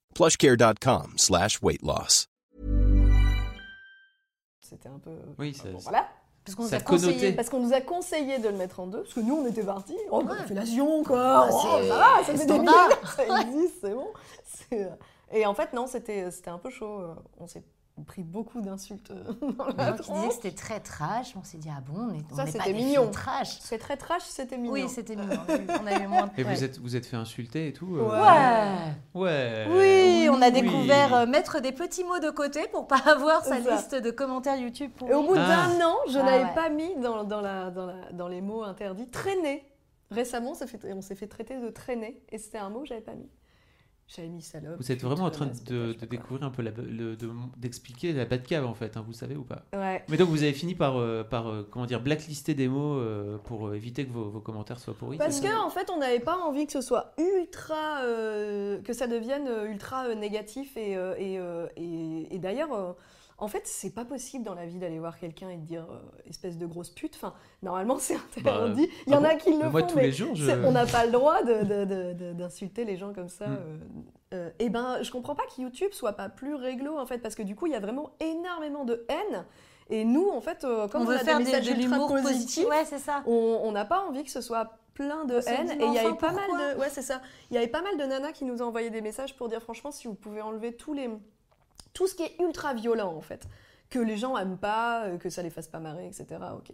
Speaker 4: Plushcare.com slash weight loss.
Speaker 1: C'était un peu.
Speaker 3: Oui,
Speaker 1: Enfin,
Speaker 3: ça-
Speaker 1: bon, voilà.
Speaker 2: Parce qu'on nous
Speaker 3: ça
Speaker 2: a conseillé.
Speaker 3: connotait.
Speaker 1: Parce qu'on nous a conseillé de le mettre en deux, parce que nous on était partis. Oh, bah,
Speaker 2: Ouais.
Speaker 1: fellation, quoi.
Speaker 3: Bah,
Speaker 2: Ouais,
Speaker 1: Oh,
Speaker 2: c'est-
Speaker 1: ça va, ça fait des
Speaker 2: standard.
Speaker 1: milliers, ça existe, c'est bon. C'est- euh, Et en fait, non, c'était euh, c'était un peu chaud. On s'est pris beaucoup d'insultes euh, dans la
Speaker 2: Il y en a qui disaient que
Speaker 1: Ah, tronche.
Speaker 2: c'était très trash. On s'est dit, ah bon, on est, on
Speaker 1: Ça,
Speaker 2: n'est pas
Speaker 1: c'était
Speaker 2: des
Speaker 1: mignon.
Speaker 2: filles trash.
Speaker 1: C'est très trash, c'était mignon. Euh.
Speaker 2: Oui, c'était mignon. on a eu moins de.
Speaker 3: Et
Speaker 2: ouais.
Speaker 3: vous êtes, vous êtes fait insulter et tout. euh,
Speaker 1: Ouais.
Speaker 2: Ouais.
Speaker 3: Ouais.
Speaker 2: Oui, on a
Speaker 3: Oui.
Speaker 2: découvert euh, mettre des petits mots de côté pour pas avoir sa
Speaker 1: C'est ça.
Speaker 2: liste de commentaires YouTube pour.
Speaker 1: Et au bout
Speaker 3: Ah.
Speaker 1: d'un an, je
Speaker 2: Ah,
Speaker 1: n'avais
Speaker 2: ouais.
Speaker 1: pas mis dans, dans la, dans, la- dans les mots interdits traîner. Récemment, on s'est fait, on s'est fait traiter de traîner, et c'était un mot que j'avais pas mis. J'avais mis salope.
Speaker 3: Vous êtes vraiment en train de,
Speaker 1: putain,
Speaker 3: de
Speaker 1: je sais pas quoi.
Speaker 3: découvrir un peu la, le- de- d'expliquer la bad cave en fait, hein, vous savez ou pas
Speaker 1: Ouais.
Speaker 3: Mais donc vous avez fini par, euh, par euh, comment dire, blacklister des mots euh, pour euh, éviter que vos, vos commentaires soient pourris.
Speaker 1: Parce
Speaker 3: c'est ça
Speaker 1: que en fait, on n'avait pas envie que ce soit ultra, euh, que ça devienne euh, ultra euh, négatif et euh, et, euh, et- et d'ailleurs. euh, en fait, c'est pas possible dans la vie d'aller voir quelqu'un et de dire euh, espèce de grosse pute. Enfin, normalement, c'est
Speaker 3: Bah,
Speaker 1: interdit. Il y
Speaker 3: ah
Speaker 1: en
Speaker 3: bon
Speaker 1: a qui le
Speaker 3: Mais Moi
Speaker 1: font,
Speaker 3: tous
Speaker 1: mais
Speaker 3: les jours, je...
Speaker 1: C'est- On n'a pas le droit de- de- de- de- d'insulter les gens comme ça.
Speaker 3: Mm.
Speaker 1: euh, euh, eh ben, je comprends pas que YouTube soit pas plus réglo en fait, parce que du coup, il y a vraiment énormément de haine. Et nous, en fait, euh,
Speaker 2: on
Speaker 1: comme on,
Speaker 2: veut
Speaker 1: a
Speaker 2: faire
Speaker 1: des
Speaker 2: des-
Speaker 1: messages
Speaker 2: de
Speaker 1: ultra
Speaker 2: l'humour
Speaker 1: positifs,
Speaker 2: positif. Ouais, c'est ça.
Speaker 1: on on n'a pas envie que ce soit plein de
Speaker 2: se
Speaker 1: haine.
Speaker 2: dit,
Speaker 1: Et
Speaker 2: mais
Speaker 1: il y
Speaker 2: enfin,
Speaker 1: avait pas mal
Speaker 2: pourquoi
Speaker 1: de, ouais, c'est ça. Il y avait pas mal de nanas qui nous ont envoyé des messages pour dire franchement, si vous pouvez enlever tous les, tout ce qui est ultra violent en fait, que les gens aiment pas, euh, que ça les fasse pas marrer, etc. Ok.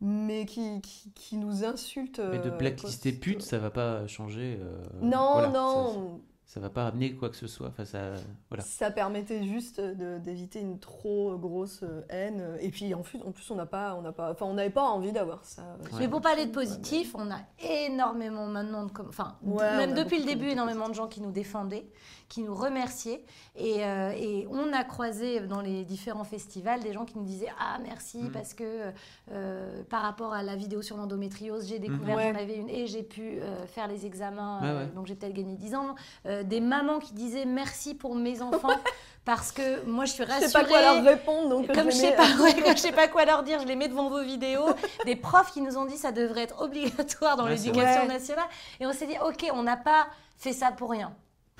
Speaker 1: Mais qui, qui, qui nous insultent.
Speaker 3: Mais de
Speaker 1: euh,
Speaker 3: blacklister
Speaker 1: quoi,
Speaker 3: pute, ça va pas changer. euh,
Speaker 1: non,
Speaker 3: voilà, ça-
Speaker 1: non,
Speaker 3: Ça, va pas amener quoi que ce soit. Enfin, ça, voilà.
Speaker 1: ça permettait juste de- d'éviter une trop grosse euh, haine. Et puis en plus, en plus on n'a pas, on n'a pas, enfin on n'avait pas envie d'avoir ça.
Speaker 3: Ouais.
Speaker 2: Mais pour parler de positif, on a énormément maintenant de com- enfin
Speaker 1: Ouais, on
Speaker 2: même
Speaker 1: a
Speaker 2: depuis
Speaker 1: beaucoup
Speaker 2: le
Speaker 1: de
Speaker 2: début
Speaker 1: commentaires
Speaker 2: énormément de gens qui nous défendaient, qui nous remerciaient et, euh, et on a croisé dans les différents festivals des gens qui nous disaient ah merci
Speaker 3: Mm.
Speaker 2: parce que euh, par rapport à la vidéo sur l'endométriose j'ai découvert
Speaker 1: Ouais.
Speaker 2: j'en avais une et j'ai pu euh, faire les examens
Speaker 3: Mm. Ouais,
Speaker 2: euh,
Speaker 3: ouais.
Speaker 2: donc j'ai peut-être gagné 10 ans Euh, des mamans qui disaient merci pour mes enfants parce que moi je suis
Speaker 1: Je
Speaker 2: rassurée
Speaker 1: sais pas quoi leur répondre, donc
Speaker 2: comme je
Speaker 1: mets, euh,
Speaker 2: sais pas, ouais, comme je sais pas quoi leur dire, je les mets devant vos vidéos. Des profs qui nous ont dit ça devrait être obligatoire dans
Speaker 3: Ouais, c'est
Speaker 2: l'éducation
Speaker 1: vrai.
Speaker 2: nationale. Et on s'est dit ok, on n'a pas fait ça pour rien.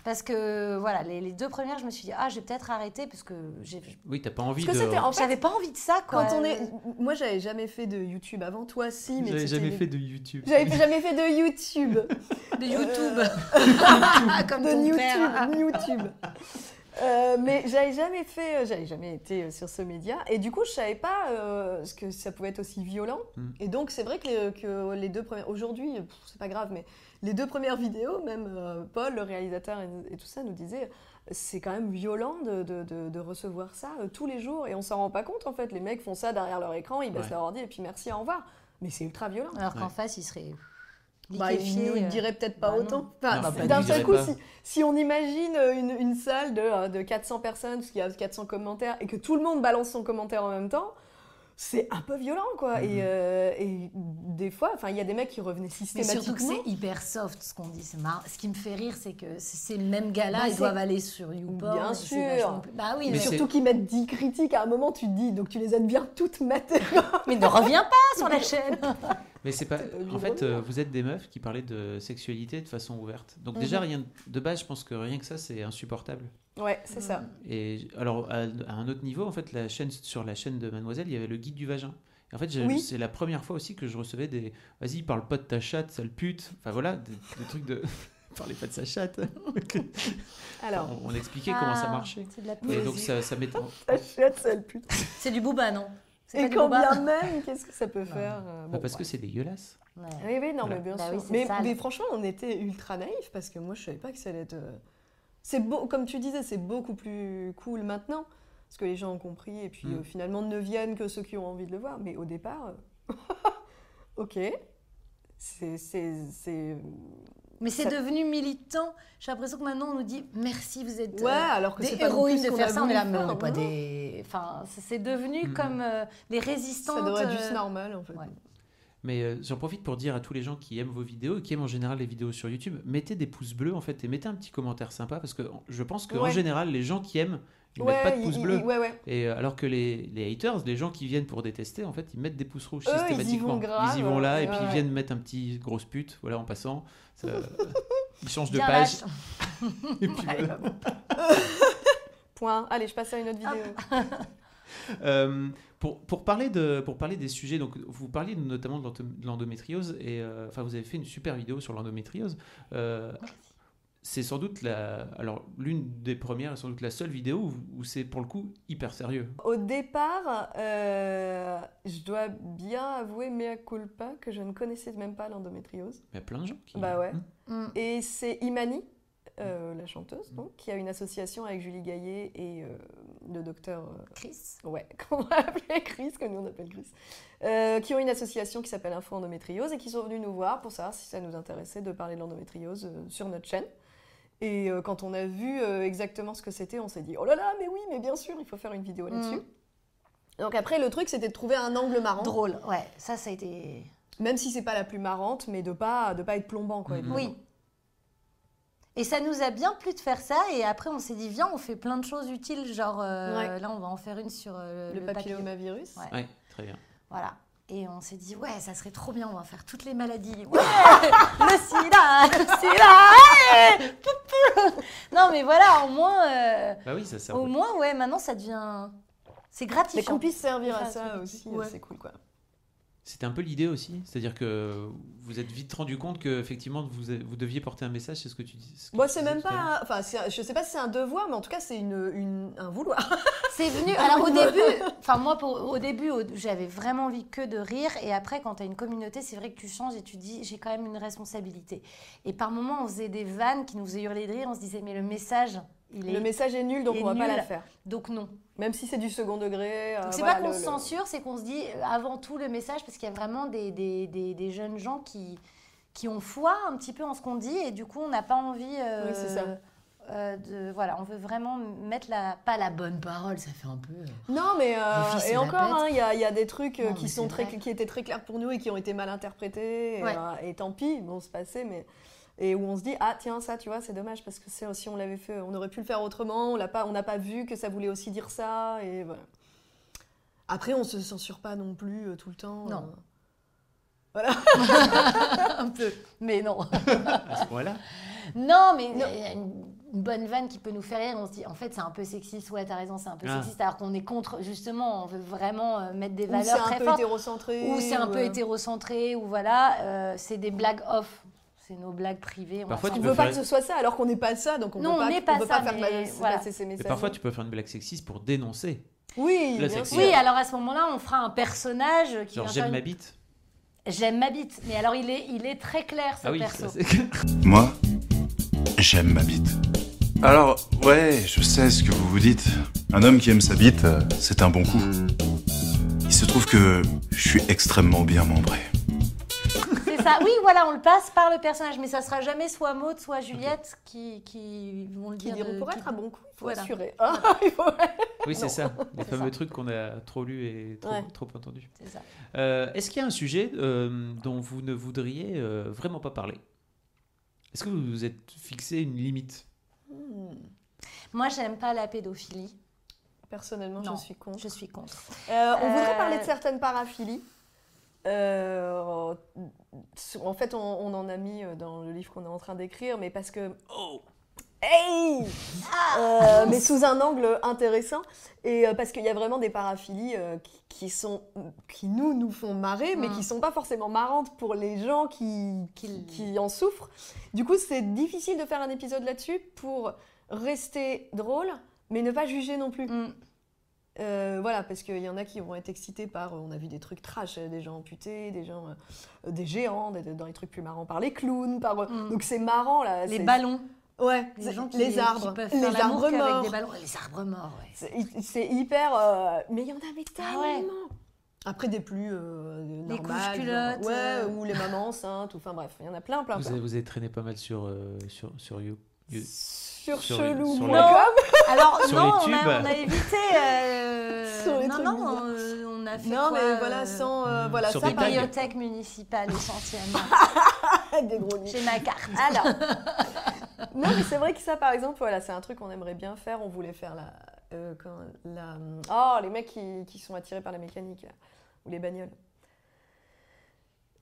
Speaker 2: Parce que voilà, les, les deux premières, je me suis dit ah, je vais peut-être arrêter parce que j'ai-
Speaker 3: Oui, t'as pas envie
Speaker 1: Parce que
Speaker 3: de.
Speaker 1: c'était en
Speaker 2: j'avais
Speaker 1: fait.
Speaker 2: pas envie de ça quoi.
Speaker 1: Quand on est, moi j'avais jamais fait de YouTube avant toi, si, mais
Speaker 3: J'avais
Speaker 1: c'était
Speaker 3: jamais
Speaker 1: une-
Speaker 3: fait de YouTube.
Speaker 1: J'avais jamais fait de YouTube,
Speaker 2: de YouTube, comme
Speaker 1: Euh, de
Speaker 2: ton
Speaker 1: YouTube,
Speaker 2: père.
Speaker 1: YouTube. Euh, mais j'avais jamais fait, euh, j'avais jamais été euh, sur ce média, et du coup je savais pas euh, ce que ça pouvait être aussi violent.
Speaker 3: Mm.
Speaker 1: Et donc c'est vrai que les, que les deux premières, aujourd'hui pff, c'est pas grave, mais les deux premières vidéos, même euh, Paul, le réalisateur et, et tout ça, nous disait c'est quand même violent de, de- de- de recevoir ça euh, tous les jours, et on s'en rend pas compte en fait. Les mecs font ça derrière leur écran, ils baissent
Speaker 3: Ouais.
Speaker 1: leur ordi et puis merci, au revoir. Mais c'est ultra violent.
Speaker 2: Alors qu'en
Speaker 3: Ouais.
Speaker 2: face, il serait
Speaker 1: Bah, il
Speaker 2: liquéfié,
Speaker 1: ne
Speaker 2: euh,
Speaker 1: dirait peut-être pas
Speaker 2: bah non.
Speaker 1: autant. Enfin,
Speaker 3: Non, bah,
Speaker 1: D'un
Speaker 3: il
Speaker 1: seul
Speaker 3: dirait
Speaker 1: coup,
Speaker 3: pas.
Speaker 1: si, si on imagine euh, une, une salle de, euh, de 400 personnes, parce qu'il y a 400 commentaires, et que tout le monde balance son commentaire en même temps, c'est un peu violent, quoi.
Speaker 3: Mhm.
Speaker 1: Et, euh, et des fois, enfin, il y a des mecs qui revenaient
Speaker 2: Mais surtout que
Speaker 1: systématiquement.
Speaker 2: c'est hyper soft ce qu'on dit, c'est marrant. Ce qui me fait rire, c'est que c- ces mêmes gars-là,
Speaker 1: Bah,
Speaker 2: ils
Speaker 1: c'est-
Speaker 2: doivent aller sur YouPorn.
Speaker 1: Bien
Speaker 2: et c'est
Speaker 1: sûr.
Speaker 2: vachement plus- Bah oui,
Speaker 3: Mais
Speaker 2: mais,
Speaker 1: mais
Speaker 3: c'est-
Speaker 1: surtout qu'ils mettent 10 critiques, à un moment tu te dis, donc tu les as bien toutes matées.
Speaker 2: mais ne reviens pas sur la chaîne.
Speaker 3: Mais c'est pas.
Speaker 1: Euh,
Speaker 3: En
Speaker 1: je
Speaker 3: fait,
Speaker 1: reviens.
Speaker 3: euh, vous êtes des meufs qui parlaient de sexualité de façon ouverte. Donc, déjà,
Speaker 1: Mhm.
Speaker 3: rien de base, je pense que rien que ça, c'est insupportable.
Speaker 1: ouais, c'est ça.
Speaker 3: Mhm. Et j- alors, à, à un autre niveau, en fait, la chaîne, sur la chaîne de Mademoiselle, il y avait le guide du vagin. Et en fait, j'ai-
Speaker 1: Oui.
Speaker 3: c'est la première fois aussi que je recevais des Vas-y, parle pas de ta chatte, sale pute. Enfin, voilà, des, des trucs de. Parlez pas de sa chatte.
Speaker 1: Alors,
Speaker 3: on, on expliquait comment ça
Speaker 2: Ah,
Speaker 3: marchait.
Speaker 2: C'est de la
Speaker 3: Et donc,
Speaker 2: poésie.
Speaker 3: ça, ça m'étonne.
Speaker 1: t'achètes sale pute.
Speaker 2: C'est du booba, non C'est
Speaker 1: Et
Speaker 2: pas du
Speaker 1: quand
Speaker 2: booba
Speaker 1: bien même, qu'est-ce que ça peut faire euh, bon,
Speaker 3: Bah, parce
Speaker 1: ouais.
Speaker 3: que c'est dégueulasse.
Speaker 2: Ouais.
Speaker 1: Oui, oui, non,
Speaker 3: Voilà.
Speaker 1: mais bien
Speaker 2: Bah
Speaker 1: sûr.
Speaker 2: oui, c'est
Speaker 1: mais,
Speaker 2: sale.
Speaker 1: mais franchement, on était ultra naïfs parce que moi, je savais pas que ça allait être. euh, C'est beau, comme tu disais, c'est beaucoup plus cool maintenant parce que les gens ont compris et puis
Speaker 3: Mm.
Speaker 1: euh, finalement ne viennent que ceux qui ont envie de le voir. Mais au départ, euh, ok, c'est c'est- c'est-
Speaker 2: Mais c'est
Speaker 1: Ça-
Speaker 2: devenu militant. J'ai l'impression que maintenant on nous dit merci, vous êtes euh,
Speaker 1: Ouais, alors que
Speaker 2: des
Speaker 1: c'est pas non
Speaker 2: héroïnes
Speaker 1: plus
Speaker 2: de
Speaker 1: ce qu'on
Speaker 2: faire
Speaker 1: a
Speaker 2: ça. On est là,
Speaker 1: voulu
Speaker 2: mais on
Speaker 1: faire,
Speaker 2: n'est pas
Speaker 1: non, non.
Speaker 2: des. Enfin, c'est- c'est devenu
Speaker 3: Mhm.
Speaker 2: comme euh, les
Speaker 1: ça
Speaker 2: résistantes.
Speaker 1: devrait être
Speaker 2: euh,
Speaker 1: juste normal en fait.
Speaker 2: ouais.
Speaker 3: Mais euh, j'en profite pour dire à tous les gens qui aiment vos vidéos et qui aiment en général les vidéos sur YouTube, mettez des pouces bleus en fait et mettez un petit commentaire sympa parce que en- je pense qu'en
Speaker 1: Ouais.
Speaker 3: général, les gens qui aiment, ils
Speaker 1: Ouais,
Speaker 3: mettent pas de
Speaker 1: il-
Speaker 3: pouces
Speaker 1: il-
Speaker 3: bleus.
Speaker 1: ouais, ouais.
Speaker 3: Et euh, alors que les, les haters, les gens qui viennent pour détester, en fait, ils mettent des pouces rouges
Speaker 1: Eux, ils y vont
Speaker 3: systématiquement.
Speaker 1: grave.
Speaker 3: Ils y vont là et
Speaker 1: Ouais,
Speaker 3: puis ils
Speaker 1: ouais.
Speaker 3: viennent mettre un petit grosse pute, voilà, en passant. Ça- euh, ils changent de
Speaker 2: bien
Speaker 3: page.
Speaker 2: lâches.
Speaker 3: Et puis voilà.
Speaker 1: Point. Allez, je passe à une autre vidéo.
Speaker 3: Euh, pour, pour, parler de, pour parler des sujets, donc vous parliez notamment de l'entom- de l'endométriose, et euh, enfin vous avez fait une super vidéo sur l'endométriose. Euh, c'est sans doute la, alors l'une des premières et sans doute la seule vidéo où, où c'est pour le coup hyper sérieux.
Speaker 1: Au départ, euh, je dois bien avouer, mea culpa, que je ne connaissais même pas l'endométriose.
Speaker 3: Il y a plein de gens qui.
Speaker 1: Bah ouais.
Speaker 3: Hmm.
Speaker 2: Mhm.
Speaker 1: Et c'est Imani, euh, la chanteuse, donc, qui a une association avec Julie Gaillet et euh, le docteur. euh,
Speaker 2: Chris.
Speaker 1: ouais, qu'on va appeler Chris, que nous on appelle Chris. euh, qui ont une association qui s'appelle Info Endométriose et qui sont venus nous voir pour savoir si ça nous intéressait de parler de l'endométriose euh, sur notre chaîne. Et euh, quand on a vu euh, exactement ce que c'était, on s'est dit Oh là là, mais oui, mais bien sûr, il faut faire une vidéo
Speaker 2: Mm.
Speaker 1: là-dessus. Donc après, le truc, c'était de trouver un angle marrant.
Speaker 2: Drôle. Ouais, ça, ça a été.
Speaker 1: Même si c'est pas la plus marrante, mais de pas, de pas être plombant, quoi.
Speaker 3: Mhm.
Speaker 2: Oui. Et ça nous a bien plu de faire ça. Et après, on s'est dit, viens, on fait plein de choses utiles. Genre, euh,
Speaker 1: Ouais.
Speaker 2: là, on va en faire une sur euh,
Speaker 1: Le,
Speaker 2: le, papillon.
Speaker 1: papillomavirus.
Speaker 2: Ouais.
Speaker 3: Ouais, très bien.
Speaker 2: Voilà. Et on s'est dit, ouais, ça serait trop bien, on va faire toutes les maladies. Ouais, le sida, le sida, ouais, poupou. Non, mais voilà, au moins, euh,
Speaker 3: Bah oui, ça sert.
Speaker 2: au
Speaker 3: de-
Speaker 2: moins, ouais, maintenant, ça devient. C'est
Speaker 1: Mais
Speaker 2: gratifiant.
Speaker 1: qu'on puisse servir à
Speaker 2: Enfin,
Speaker 1: ça
Speaker 2: c'est-
Speaker 1: aussi,
Speaker 2: ouais.
Speaker 1: c'est cool, quoi.
Speaker 3: C'était un peu l'idée aussi, c'est-à-dire que vous êtes vite rendu compte que effectivement vous, vous deviez porter un message, c'est ce que tu dis. ce que
Speaker 1: Moi,
Speaker 3: tu
Speaker 1: c'est
Speaker 3: disais
Speaker 1: même
Speaker 3: tout à l'heure.
Speaker 1: pas. Enfin, c'est un- je sais pas si c'est un devoir, mais en tout cas, c'est une, une- un vouloir.
Speaker 2: C'est venu. Alors au début, enfin moi pour- au début, au- j'avais vraiment envie que de rire. Et après, quand t'as une communauté, c'est vrai que tu changes et tu dis j'ai quand même une responsabilité. Et par moments, on faisait des vannes qui nous faisaient hurler de rire. On se disait mais le message, il est
Speaker 1: Le message est nul, donc
Speaker 2: Il est
Speaker 1: on va pas
Speaker 2: nul.
Speaker 1: la faire.
Speaker 2: donc non.
Speaker 1: Même si c'est du second degré. euh,
Speaker 2: Donc c'est
Speaker 1: voilà,
Speaker 2: pas qu'on
Speaker 1: le-
Speaker 2: se
Speaker 1: le-
Speaker 2: censure, c'est qu'on se dit euh, avant tout le message parce qu'il y a vraiment des, des- des- des jeunes gens qui qui ont foi un petit peu en ce qu'on dit et du coup on n'a pas envie. euh,
Speaker 1: Oui, c'est ça.
Speaker 2: euh, de, voilà, on veut vraiment mettre la pas la bonne parole, ça fait un peu. euh,
Speaker 1: Non, mais euh,
Speaker 2: Les filles se
Speaker 1: et
Speaker 2: la
Speaker 1: encore,
Speaker 2: pètent.
Speaker 1: hein, il y, a- il y a des trucs euh,
Speaker 2: Non, mais
Speaker 1: qui sont
Speaker 2: c'est
Speaker 1: très,
Speaker 2: vrai.
Speaker 1: qui étaient très clairs pour nous et qui ont été mal interprétés. Et,
Speaker 2: Ouais.
Speaker 1: euh, et tant pis, bon, c'est passé, mais et où on se dit ah tiens ça, tu vois, c'est dommage parce que c'est- si on l'avait fait, on aurait pu le faire autrement. On l'a pas, on n'a pas vu que ça voulait aussi dire ça. Et voilà. Après, on se censure pas non plus euh, tout le temps.
Speaker 2: Non.
Speaker 1: euh.
Speaker 2: un peu. Mais non.
Speaker 3: À ce point-là.
Speaker 2: Non, mais il y a une une bonne vanne qui peut nous faire rire. On se dit, en fait, c'est un peu sexiste. Ouais, t'as raison, c'est un peu
Speaker 3: Ah.
Speaker 2: sexiste. Alors qu'on est contre, justement, on veut vraiment euh, mettre des
Speaker 1: Ou c'est un
Speaker 2: valeurs très
Speaker 1: peu
Speaker 2: fortes.
Speaker 1: hétérocentré.
Speaker 2: Ou c'est un peu
Speaker 1: euh,
Speaker 2: hétérocentré, ou voilà. euh, c'est des blagues off. C'est nos blagues privées. on
Speaker 3: Parfois,
Speaker 2: va
Speaker 1: On
Speaker 3: tu
Speaker 2: s'en-
Speaker 3: peux
Speaker 1: veut pas
Speaker 3: faire-
Speaker 1: que ce soit ça, alors qu'on n'est pas ça, donc on
Speaker 2: Non,
Speaker 1: veut
Speaker 2: on
Speaker 1: pas,
Speaker 2: n'est pas
Speaker 1: veut
Speaker 2: ça,
Speaker 1: pas faire
Speaker 2: mais
Speaker 1: passer
Speaker 2: voilà.
Speaker 1: ces
Speaker 3: Mais
Speaker 1: messages.
Speaker 3: parfois tu peux faire une blague sexiste pour dénoncer.
Speaker 1: Oui,
Speaker 3: La
Speaker 1: bien
Speaker 3: sexy.
Speaker 1: sûr.
Speaker 2: Oui, alors à ce moment-là, on fera un personnage qui
Speaker 3: Euh, Genre
Speaker 2: va faire
Speaker 3: j'aime
Speaker 2: une-
Speaker 3: ma bite.
Speaker 2: J'aime ma bite. Mais alors, il est, il est très clair, ce
Speaker 3: Ah oui,
Speaker 2: perso.
Speaker 3: ça, c'est-
Speaker 5: Moi, j'aime ma bite. Alors, ouais, je sais ce que vous vous dites. Un homme qui aime sa bite, euh, c'est un bon coup. Il se trouve que je suis extrêmement bien membré.
Speaker 2: C'est c'est ça. Oui, voilà, on le passe par le personnage, mais ça sera jamais soit Maud, soit Juliette qui, qui vont le
Speaker 1: Qui
Speaker 2: dire.
Speaker 1: diront,
Speaker 2: de-
Speaker 1: pour
Speaker 2: qui-
Speaker 1: être un bon coup, il faut
Speaker 2: Voilà.
Speaker 1: assurer. Ah, il faut-
Speaker 3: Oui, c'est ça. Les
Speaker 2: C'est
Speaker 3: fameux
Speaker 2: ça.
Speaker 3: trucs qu'on a trop lus et trop,
Speaker 1: Ouais.
Speaker 3: trop entendus.
Speaker 2: C'est ça.
Speaker 3: Euh, Est-ce qu'il y a un sujet euh, dont vous ne voudriez euh, vraiment pas parler Est-ce que vous vous êtes fixé une limite
Speaker 2: Moi, j'aime pas la pédophilie.
Speaker 1: Personnellement,
Speaker 2: Non.
Speaker 1: je suis contre.
Speaker 2: Je suis contre.
Speaker 1: Euh, on voudrait
Speaker 2: Euh,
Speaker 1: parler de certaines paraphilies. Euh, en fait, on, on en a mis euh, dans le livre qu'on est en train d'écrire, mais parce que. Oh Hey Euh, Mais sous un angle intéressant. Et euh, parce qu'il y a vraiment des paraphilies euh, qui, qui sont, qui nous, nous font marrer, mais
Speaker 2: Mm.
Speaker 1: qui sont pas forcément marrantes pour les gens qui,
Speaker 2: Qui-
Speaker 1: qui, qui en souffrent. Du coup, c'est difficile de faire un épisode là-dessus pour rester drôle, mais ne pas juger non plus.
Speaker 2: Mm.
Speaker 1: Euh, voilà, parce qu'il y en a qui vont être excités par. euh, On a vu des trucs trash, euh, des gens amputés, des gens. euh, des géants, des- dans les trucs plus marrants, par les clowns, par. euh,
Speaker 2: Mm.
Speaker 1: Donc c'est marrant là.
Speaker 2: Les
Speaker 1: c'est-
Speaker 2: ballons.
Speaker 1: Ouais,
Speaker 2: Les
Speaker 1: c'est-
Speaker 2: gens qui,
Speaker 1: les
Speaker 2: qui
Speaker 1: arbres.
Speaker 2: peuvent
Speaker 1: les
Speaker 2: faire l'amour
Speaker 1: arbres
Speaker 2: qu'avec
Speaker 1: morts.
Speaker 2: des ballons. Les arbres morts, ouais.
Speaker 1: C'est hi- C'est hyper. euh, Mais il y en avait
Speaker 2: Ah
Speaker 1: tellement.
Speaker 2: ouais.
Speaker 1: Après des plus euh, normales,
Speaker 2: couches-culottes,
Speaker 1: genre, ouais,
Speaker 2: euh.
Speaker 1: ou les mamans enceintes, ou enfin bref, il y en a plein, plein,
Speaker 3: vous
Speaker 1: plein.
Speaker 3: avez, vous avez traîné pas mal sur, euh, sur, sur You. You-
Speaker 1: Sur,
Speaker 3: sur-
Speaker 1: chelou,
Speaker 3: sur
Speaker 1: point com.
Speaker 2: Alors
Speaker 3: Sur
Speaker 2: non,
Speaker 3: les
Speaker 2: on a,
Speaker 3: tubes.
Speaker 2: on a évité. euh,
Speaker 1: Sur les
Speaker 2: non,
Speaker 1: trucs
Speaker 2: non,
Speaker 1: bizarres.
Speaker 2: euh, on a fait
Speaker 1: Non,
Speaker 2: quoi,
Speaker 1: mais
Speaker 2: euh,
Speaker 1: voilà, sans. euh,
Speaker 3: Mm.
Speaker 1: voilà,
Speaker 3: Sur
Speaker 1: ça
Speaker 3: des
Speaker 1: par
Speaker 3: blagues.
Speaker 2: Bibliothèque municipale, essentielle.
Speaker 1: des gros nids.
Speaker 2: J'ai ma carte.
Speaker 1: Alors, non, mais c'est vrai que ça, par exemple, voilà, c'est un truc qu'on aimerait bien faire. On voulait faire la, euh, quand- la, oh, les mecs qui, qui sont attirés par la mécanique là, ou les bagnoles.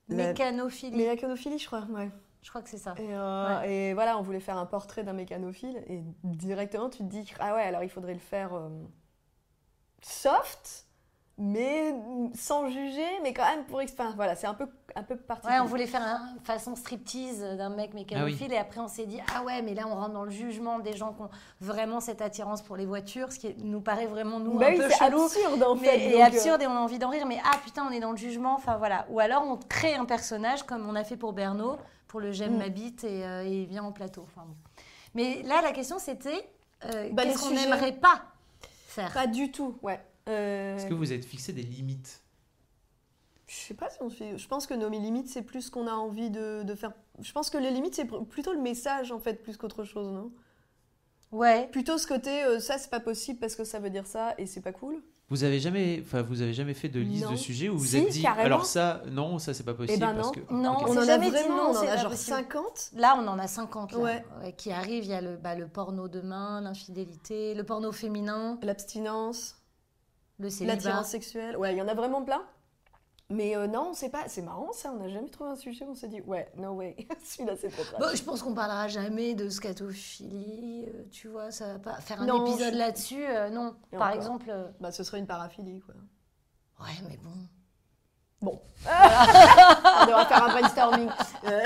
Speaker 1: La-
Speaker 2: Mécanophilie.
Speaker 1: Les mécanophiles, je crois. Ouais.
Speaker 2: Je crois que c'est ça.
Speaker 1: Et, euh, et voilà, on voulait faire un portrait d'un mécanophile et directement tu te dis ah ouais, alors il faudrait le faire euh, soft, mais sans juger, mais quand même pour exp- enfin, Voilà, c'est un peu un peu particulier.
Speaker 2: Ouais, on voulait faire un- une façon striptease d'un mec mécanophile et après on s'est dit ah ouais mais là on rentre dans le jugement des gens qui ont vraiment cette attirance pour les voitures ce qui nous paraît vraiment nous
Speaker 1: Bah
Speaker 2: un
Speaker 1: oui,
Speaker 2: peu
Speaker 1: c'est
Speaker 2: chelou
Speaker 1: absurde en
Speaker 2: mais,
Speaker 1: fait.
Speaker 2: et
Speaker 1: donc, euh,
Speaker 2: absurde et on a envie d'en rire mais ah putain on est dans le jugement enfin voilà ou alors on crée un personnage comme on a fait pour Bernaud pour le j'aime
Speaker 1: Mm.
Speaker 2: ma bite et, euh, et il vient en plateau Enfin, bon. mais là la question c'était euh,
Speaker 1: Bah,
Speaker 2: qu'est-ce
Speaker 1: les
Speaker 2: qu'on
Speaker 1: sujets.
Speaker 2: n'aimerait pas faire
Speaker 1: Pas du tout, ouais. Euh,
Speaker 3: Est-ce que vous êtes fixé des limites
Speaker 1: Je sais pas si on se fait- Je pense que nos limites, c'est plus ce qu'on a envie de, de faire. Je pense que les limites, c'est pr- plutôt le message, en fait, plus qu'autre chose, non
Speaker 2: ouais
Speaker 1: Plutôt ce côté, euh, ça, c'est pas possible parce que ça veut dire ça et c'est pas cool.
Speaker 3: Vous avez jamais, enfin, vous avez jamais fait de liste
Speaker 1: Non.
Speaker 3: de sujets où vous
Speaker 1: Si,
Speaker 3: êtes dit,
Speaker 1: carrément.
Speaker 3: alors ça, non, ça c'est pas possible
Speaker 1: ben
Speaker 3: parce
Speaker 1: non.
Speaker 3: que.
Speaker 2: Eh Non,
Speaker 3: Ok.
Speaker 2: On
Speaker 1: On,
Speaker 2: s'est
Speaker 1: en a
Speaker 2: jamais dit
Speaker 1: vraiment,
Speaker 2: non,
Speaker 1: on en
Speaker 2: c'est
Speaker 1: a
Speaker 2: pas
Speaker 1: genre
Speaker 2: possible.
Speaker 1: 50.
Speaker 2: Là, on en a 50 là,
Speaker 1: Ouais.
Speaker 2: ouais, qui arrivent. Il y a le, bah, le porno demain, l'infidélité, le porno féminin,
Speaker 1: L'abstinence,
Speaker 2: le célibat.
Speaker 1: l'attirance sexuelle. Ouais, il y en a vraiment plein. Mais euh, non, on sait pas. C'est marrant, ça. On n'a jamais trouvé un sujet où on s'est dit, ouais, no way. Celui-là, c'est trop trash.
Speaker 2: Bon, je pense qu'on parlera jamais de scatophilie, euh, tu vois, ça va pas. Faire un
Speaker 1: Non,
Speaker 2: épisode
Speaker 1: je-
Speaker 2: là-dessus, euh, non.
Speaker 1: Et
Speaker 2: Par
Speaker 1: encore.
Speaker 2: exemple, euh,
Speaker 1: Bah, ce serait une paraphilie, quoi.
Speaker 2: ouais, mais bon.
Speaker 1: Bon. on devrait faire un brainstorming. Euh,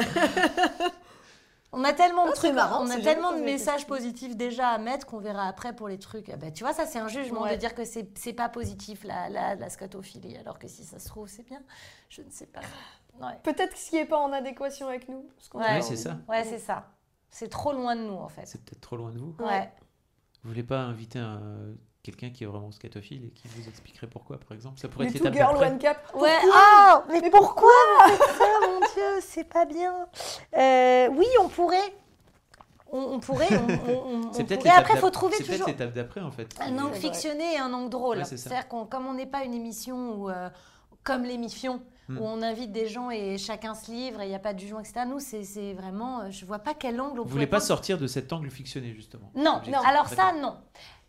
Speaker 2: On a tellement de
Speaker 1: Ah, c'est
Speaker 2: trucs,
Speaker 1: marrant,
Speaker 2: on a
Speaker 1: c'est
Speaker 2: tellement
Speaker 1: jamais posé
Speaker 2: de
Speaker 1: la
Speaker 2: messages
Speaker 1: question.
Speaker 2: positifs déjà à mettre qu'on verra après pour les trucs. Ah bah, tu vois, ça c'est un jugement
Speaker 1: Ouais.
Speaker 2: de dire que c'est c'est pas positif la, la, la scatophilie, alors que si ça se trouve c'est bien. Je ne sais pas. Ouais.
Speaker 1: Peut-être ce qui n'est pas en adéquation avec nous. ce qu'on a
Speaker 2: Ouais.
Speaker 3: Ouais,
Speaker 1: envie.
Speaker 3: c'est ça.
Speaker 2: Ouais, c'est ça. C'est trop loin de nous, en fait.
Speaker 3: C'est peut-être trop loin de vous.
Speaker 1: Ouais.
Speaker 2: Ouais.
Speaker 3: Vous voulez pas inviter un- quelqu'un qui est vraiment scatophile et qui vous expliquerait pourquoi, par exemple Ça pourrait
Speaker 1: Les
Speaker 3: être
Speaker 1: two
Speaker 3: l'étape
Speaker 1: girl
Speaker 3: d'après.
Speaker 1: one cap.
Speaker 2: Ouais. Ah, mais, pourquoi ça, mon Dieu, c'est pas bien. Euh, oui, on pourrait. On, on pourrait. On, on- on-
Speaker 3: C'est
Speaker 2: on
Speaker 3: peut-être
Speaker 2: pourrait.
Speaker 3: l'étape
Speaker 2: Après,
Speaker 3: d'ap-
Speaker 2: faut trouver
Speaker 3: c'est peut-être
Speaker 2: toujours Ah
Speaker 3: l'étape d'après en fait.
Speaker 2: un angle
Speaker 3: Et-
Speaker 1: C'est vrai.
Speaker 2: fictionné et un angle drôle.
Speaker 3: Ouais, c'est ça.
Speaker 2: C'est-à-dire qu'on, comme on n'est pas une émission où, euh, comme l'émission
Speaker 3: Hmm.
Speaker 2: où on invite des gens et chacun se livre et il n'y a pas de jugement, etc. Nous, c'est, c'est vraiment. euh, Je vois pas quel angle on
Speaker 3: Vous
Speaker 2: pourrait
Speaker 3: voulez pas
Speaker 2: prendre.
Speaker 3: sortir de cet angle fictionné justement
Speaker 2: Non,
Speaker 3: L'objectif.
Speaker 2: non. Alors ça,
Speaker 3: D'accord.
Speaker 2: non.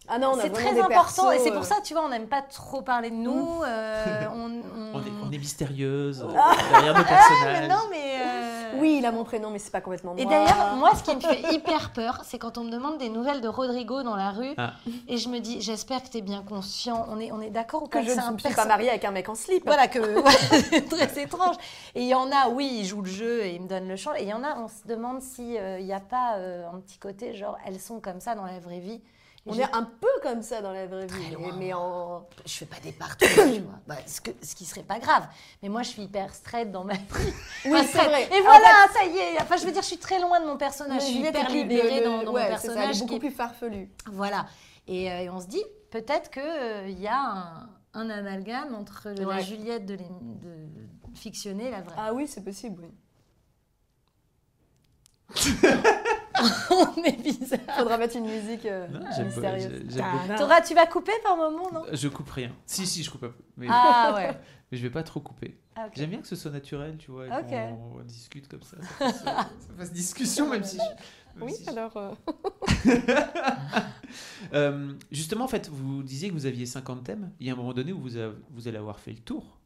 Speaker 1: Ah non, on a
Speaker 2: C'est
Speaker 1: vraiment
Speaker 2: très
Speaker 1: des
Speaker 2: important
Speaker 1: persos,
Speaker 2: et c'est
Speaker 1: euh,
Speaker 2: pour ça, tu vois, on n'aime pas trop parler de nous. euh, on, on-
Speaker 3: Hmm. On est, on est mystérieuse euh, derrière nos personnages.
Speaker 2: Oh. Ah, Mais non, mais. euh,
Speaker 1: Oui, il a mon prénom, mais c'est pas complètement moi.
Speaker 2: Et d'ailleurs, moi, ce qui me fait hyper peur, c'est quand on me demande des nouvelles de Rodrigo dans la rue,
Speaker 3: Ah.
Speaker 2: et je me dis, j'espère que t'es bien conscient. On est, on est d'accord ou
Speaker 1: que
Speaker 2: pas
Speaker 1: je
Speaker 2: que c'est un
Speaker 1: ne suis pas
Speaker 2: perso-
Speaker 1: mariée avec un mec en slip.
Speaker 2: Voilà que c'est très étrange. Et il y en a, oui, ils jouent le jeu et ils me donnent le champ. Et il y en a, on se demande s'il n'y a pas euh, un petit côté genre elles sont comme ça dans la vraie vie. Et
Speaker 1: On
Speaker 2: je-
Speaker 1: est un peu comme ça dans la vraie vie,
Speaker 2: Très loin.
Speaker 1: mais en.
Speaker 2: je fais pas des partout, tu vois. Bah, ce, que, ce qui serait pas grave. Mais moi, je suis hyper straight dans ma vie.
Speaker 1: Oui,
Speaker 2: Enfin,
Speaker 1: c'est
Speaker 2: straight.
Speaker 1: vrai.
Speaker 2: Et
Speaker 1: En
Speaker 2: voilà, ça y est. Enfin, je veux dire, je suis très loin de mon
Speaker 1: Mais
Speaker 2: personnage. Je suis
Speaker 1: Juliette
Speaker 2: hyper
Speaker 1: est plus-
Speaker 2: libérée
Speaker 1: le-
Speaker 2: dans, dans
Speaker 1: ouais,
Speaker 2: mon
Speaker 1: c'est ça, elle
Speaker 2: personnage.
Speaker 1: est
Speaker 2: qui
Speaker 1: beaucoup
Speaker 2: est-
Speaker 1: plus farfelue.
Speaker 2: Voilà. Et, euh, et on se dit, peut-être qu'il y a un, un amalgame entre la
Speaker 1: Ouais.
Speaker 2: Juliette de, l'é- de- fictionnée et la vraie.
Speaker 3: Ah,
Speaker 1: Ah oui, c'est possible, oui.
Speaker 2: On est bizarre.
Speaker 1: Faudra mettre une musique euh,
Speaker 3: Non, j'aime pas-
Speaker 1: mystérieuse.
Speaker 3: j'ai- j'aime pas.
Speaker 1: Ta-da.
Speaker 2: T'auras- tu vas couper par moment, non
Speaker 3: Je coupe rien. Si, si, je coupe un peu. Mais,
Speaker 2: Ah ouais.
Speaker 3: mais je vais pas trop couper.
Speaker 2: Ah, ok.
Speaker 3: J'aime bien que ce soit naturel, tu vois. et
Speaker 2: Ok.
Speaker 3: qu'on- On discute comme ça. Ça fasse, euh, ça fasse discussion, même si. je- même
Speaker 1: Oui,
Speaker 3: si je-
Speaker 1: alors. euh,
Speaker 3: Euh, justement, en fait, vous disiez que vous aviez 50 thèmes. Il y a un moment donné où vous, a- vous allez avoir fait le tour.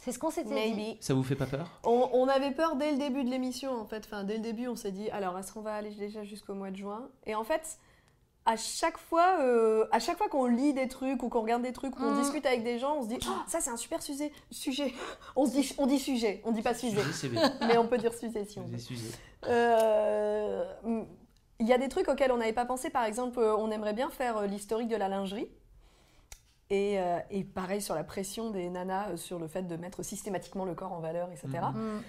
Speaker 2: C'est ce qu'on s'était dit.
Speaker 1: Maybe.
Speaker 3: Ça vous fait pas peur
Speaker 1: On, on avait peur dès le début de l'émission, en fait. Enfin, dès le début, on s'est dit, alors, est-ce qu'on va aller déjà jusqu'au mois de juin Et en fait, à chaque fois, euh, à chaque fois qu'on lit des trucs ou qu'on regarde des trucs ou qu'on
Speaker 2: Mm.
Speaker 1: discute avec des gens, on se dit, Ah, ça, c'est un super sujet. Sujet. On se dit, on dit sujet. On dit pas sujet,
Speaker 3: Sujet, c'est bien.
Speaker 1: mais on peut dire sujet si on veut.
Speaker 3: Des sujets.
Speaker 1: Euh, Il y a des trucs auxquels on n'avait pas pensé. Par exemple, euh, on aimerait bien faire euh, l'historique de la lingerie. Et, euh, et pareil sur la pression des nanas euh, sur le fait de mettre systématiquement le corps en valeur, etc.
Speaker 3: Ah.
Speaker 2: Mm.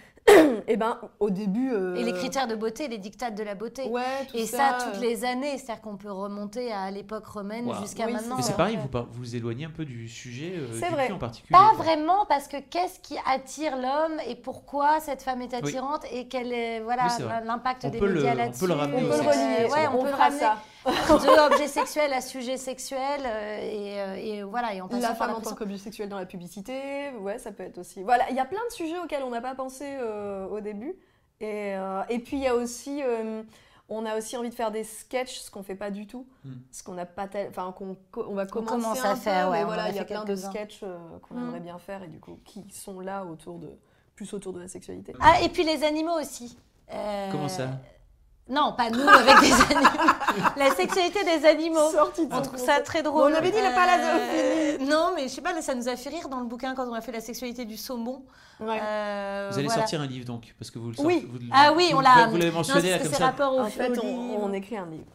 Speaker 1: Et ben au début. euh,
Speaker 2: Et les critères de beauté, les dictates de la beauté.
Speaker 1: Ouais, tout
Speaker 2: Et ça, toutes
Speaker 1: euh,
Speaker 2: les années. C'est-à-dire qu'on peut remonter à l'époque romaine
Speaker 3: Wow.
Speaker 2: jusqu'à
Speaker 1: Oui,
Speaker 2: maintenant.
Speaker 3: Mais c'est
Speaker 1: ouais.
Speaker 3: pareil, vous par- vous vous éloignez un peu du sujet euh,
Speaker 1: C'est
Speaker 3: du
Speaker 1: vrai.
Speaker 3: cul en particulier.
Speaker 2: Pas
Speaker 3: quoi.
Speaker 2: vraiment, parce que qu'est-ce qui attire l'homme et pourquoi cette femme est attirante et quel est voilà
Speaker 3: Oui, c'est vrai.
Speaker 2: l'impact
Speaker 3: On
Speaker 2: des
Speaker 3: peut le-
Speaker 2: médias
Speaker 3: on peut le
Speaker 2: là-dessus.
Speaker 3: ramener
Speaker 1: On peut le
Speaker 3: Euh,
Speaker 1: relier.
Speaker 2: Ouais, on, peut le
Speaker 1: fera
Speaker 2: ramener
Speaker 1: ça.
Speaker 2: de objet sexuel à sujet sexuel euh, et, euh, et voilà et en passant
Speaker 1: La
Speaker 2: par
Speaker 1: femme en
Speaker 2: pression.
Speaker 1: tant qu'objet sexuel dans la publicité, ouais, ça peut être aussi. Voilà, il y a plein de sujets auxquels on n'a pas pensé euh, au début. Et, euh, et puis il y a aussi, euh, on a aussi envie de faire des sketchs, ce qu'on fait pas du tout,
Speaker 3: Hmm.
Speaker 1: ce qu'on n'a pas, tel- enfin qu'on co- on va commencer
Speaker 2: commence
Speaker 1: un
Speaker 2: à
Speaker 1: peu,
Speaker 2: faire, ouais,
Speaker 1: mais
Speaker 2: on en
Speaker 1: voilà,
Speaker 2: a
Speaker 1: il y a
Speaker 2: fait
Speaker 1: plein de
Speaker 2: quelques-uns.
Speaker 1: sketchs euh, qu'on
Speaker 2: Hmm.
Speaker 1: aimerait bien faire et du coup qui sont là autour de plus autour de la sexualité.
Speaker 2: Ah, et puis les animaux aussi. Euh,
Speaker 3: Comment ça
Speaker 2: Non, pas nous avec des animaux. La sexualité des animaux.
Speaker 1: Sorti de
Speaker 2: On
Speaker 1: son
Speaker 2: trouve ça
Speaker 1: contexte.
Speaker 2: très drôle.
Speaker 1: on avait dit la
Speaker 2: Euh,
Speaker 1: palazophilie.
Speaker 2: Non, mais je sais pas, là, ça nous a fait rire dans le bouquin quand on a fait la sexualité du saumon.
Speaker 1: Ouais.
Speaker 2: Euh,
Speaker 3: Vous allez
Speaker 2: voilà.
Speaker 3: sortir un livre donc, parce que vous le sortez.
Speaker 1: Oui.
Speaker 3: vous le-
Speaker 2: Ah oui,
Speaker 3: vous-
Speaker 2: on l'a.
Speaker 3: Vous l'avez
Speaker 2: non,
Speaker 3: mentionné
Speaker 2: c'est-
Speaker 3: là comme
Speaker 2: c'est
Speaker 3: ça.
Speaker 2: rapport au
Speaker 1: En fait,
Speaker 2: au
Speaker 1: on,
Speaker 2: livre.
Speaker 1: on écrit un livre.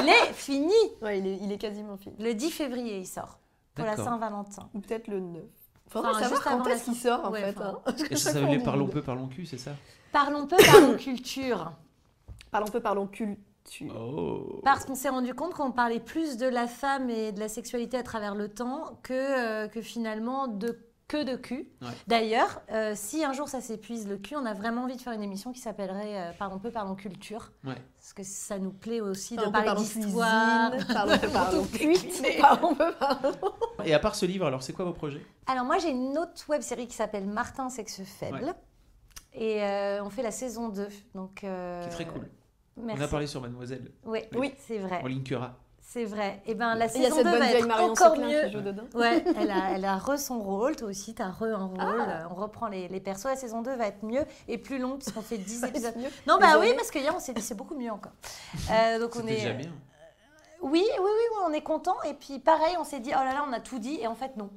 Speaker 2: Il est fini.
Speaker 1: Ouais, il est, il est quasiment fini.
Speaker 2: Le 10 février, il sort. Pour la
Speaker 3: D'accord.
Speaker 2: Saint-Valentin.
Speaker 1: Ou peut-être le 9.
Speaker 2: Enfin,
Speaker 1: Faudrait savoir
Speaker 2: juste avant
Speaker 1: quand
Speaker 2: la
Speaker 1: est-ce qu'il sort en
Speaker 2: Ouais,
Speaker 1: fait.
Speaker 2: enfin.
Speaker 1: hein.
Speaker 3: Et ça
Speaker 1: Chaque
Speaker 3: s'appelait
Speaker 1: fois, on
Speaker 3: Parlons
Speaker 1: dit.
Speaker 3: peu, parlons cul, c'est ça
Speaker 2: Parlons peu, parlons culture.
Speaker 1: Parlons peu, parlons culture.
Speaker 3: Oh
Speaker 2: Parce qu'on s'est rendu compte qu'on parlait plus de la femme et de la sexualité à travers le temps que, euh, que finalement de que de cul.
Speaker 3: Ouais.
Speaker 2: D'ailleurs, euh, si un jour ça s'épuise le cul, on a vraiment envie de faire une émission qui s'appellerait euh, Parlons peu, parlons culture.
Speaker 3: Ouais.
Speaker 2: Parce que ça nous plaît aussi
Speaker 1: Parlons
Speaker 2: de
Speaker 1: peu,
Speaker 2: parler
Speaker 1: parlons
Speaker 2: d'histoire.
Speaker 1: cuisine, Parlons peu, parlons
Speaker 2: Tout est
Speaker 1: cuite.
Speaker 2: cuisé.
Speaker 1: Parlons peu, parlons.
Speaker 3: Et à part ce livre, alors c'est quoi vos projets
Speaker 2: Alors moi j'ai une autre web série qui s'appelle Martin Sexe Faible. Et euh, on fait la saison 2. Donc, euh,
Speaker 3: Qui est très cool.
Speaker 2: Merci.
Speaker 3: On a parlé sur Mademoiselle.
Speaker 2: Ouais,
Speaker 3: Oui.
Speaker 2: oui, c'est vrai.
Speaker 3: On linkera.
Speaker 2: C'est vrai. Et ben la
Speaker 1: Il y a
Speaker 2: saison 2
Speaker 1: cette bonne
Speaker 2: va
Speaker 1: vieille
Speaker 2: être
Speaker 1: Marion
Speaker 2: encore
Speaker 1: Seclin
Speaker 2: mieux.
Speaker 1: qui joue dedans.
Speaker 2: Ouais, elle a, elle a re son rôle, toi aussi t'as re un rôle,
Speaker 3: Ah.
Speaker 2: Euh, on reprend les, les persos, la saison 2 va être mieux et plus longue puisqu'on fait 10 épisodes.
Speaker 1: mieux.
Speaker 2: Non bah
Speaker 1: Désolée.
Speaker 2: oui, parce que hier on s'est dit c'est beaucoup mieux encore. Euh, donc on
Speaker 3: C'était
Speaker 2: est...
Speaker 3: déjà bien.
Speaker 2: Oui, oui, oui, oui, on est content et puis pareil on s'est dit oh là là on a tout dit et en fait non,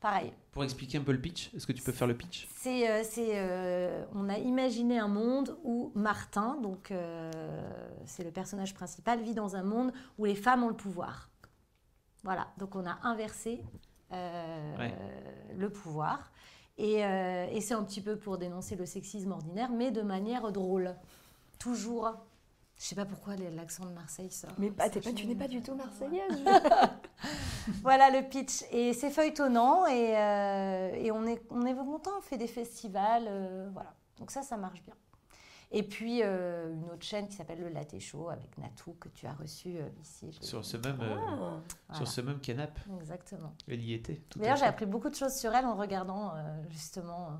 Speaker 2: pareil.
Speaker 3: Pour expliquer un peu le pitch, est-ce que tu peux faire le pitch
Speaker 2: C'est, euh, c'est, euh, on a imaginé un monde où Martin, donc euh, c'est le personnage principal, vit dans un monde où les femmes ont le pouvoir. Voilà, donc on a inversé euh,
Speaker 3: Ouais.
Speaker 2: le pouvoir. Et, euh, et c'est un petit peu pour dénoncer le sexisme ordinaire, mais de manière drôle. Toujours. Je sais pas pourquoi l'accent de Marseille sort.
Speaker 1: Mais pas, t'es pas,
Speaker 2: Ça, je-
Speaker 1: tu n'es pas du tout marseillaise.
Speaker 2: Voilà le pitch. Et c'est feuilletonnant et, euh, et on, est, on est content, on fait des festivals. euh, voilà. Donc ça, ça marche bien. Et puis, euh, une autre chaîne qui s'appelle Le Laté Show avec Natou que tu as reçu euh, ici. je l'ai
Speaker 3: Sur
Speaker 2: dit.
Speaker 3: ce même, euh,
Speaker 2: Ah, Voilà.
Speaker 3: sur ce même canap,
Speaker 2: Exactement.
Speaker 3: elle y était. tout à
Speaker 2: D'ailleurs, j'ai
Speaker 3: fait.
Speaker 2: appris beaucoup de choses sur elle en regardant euh, justement euh,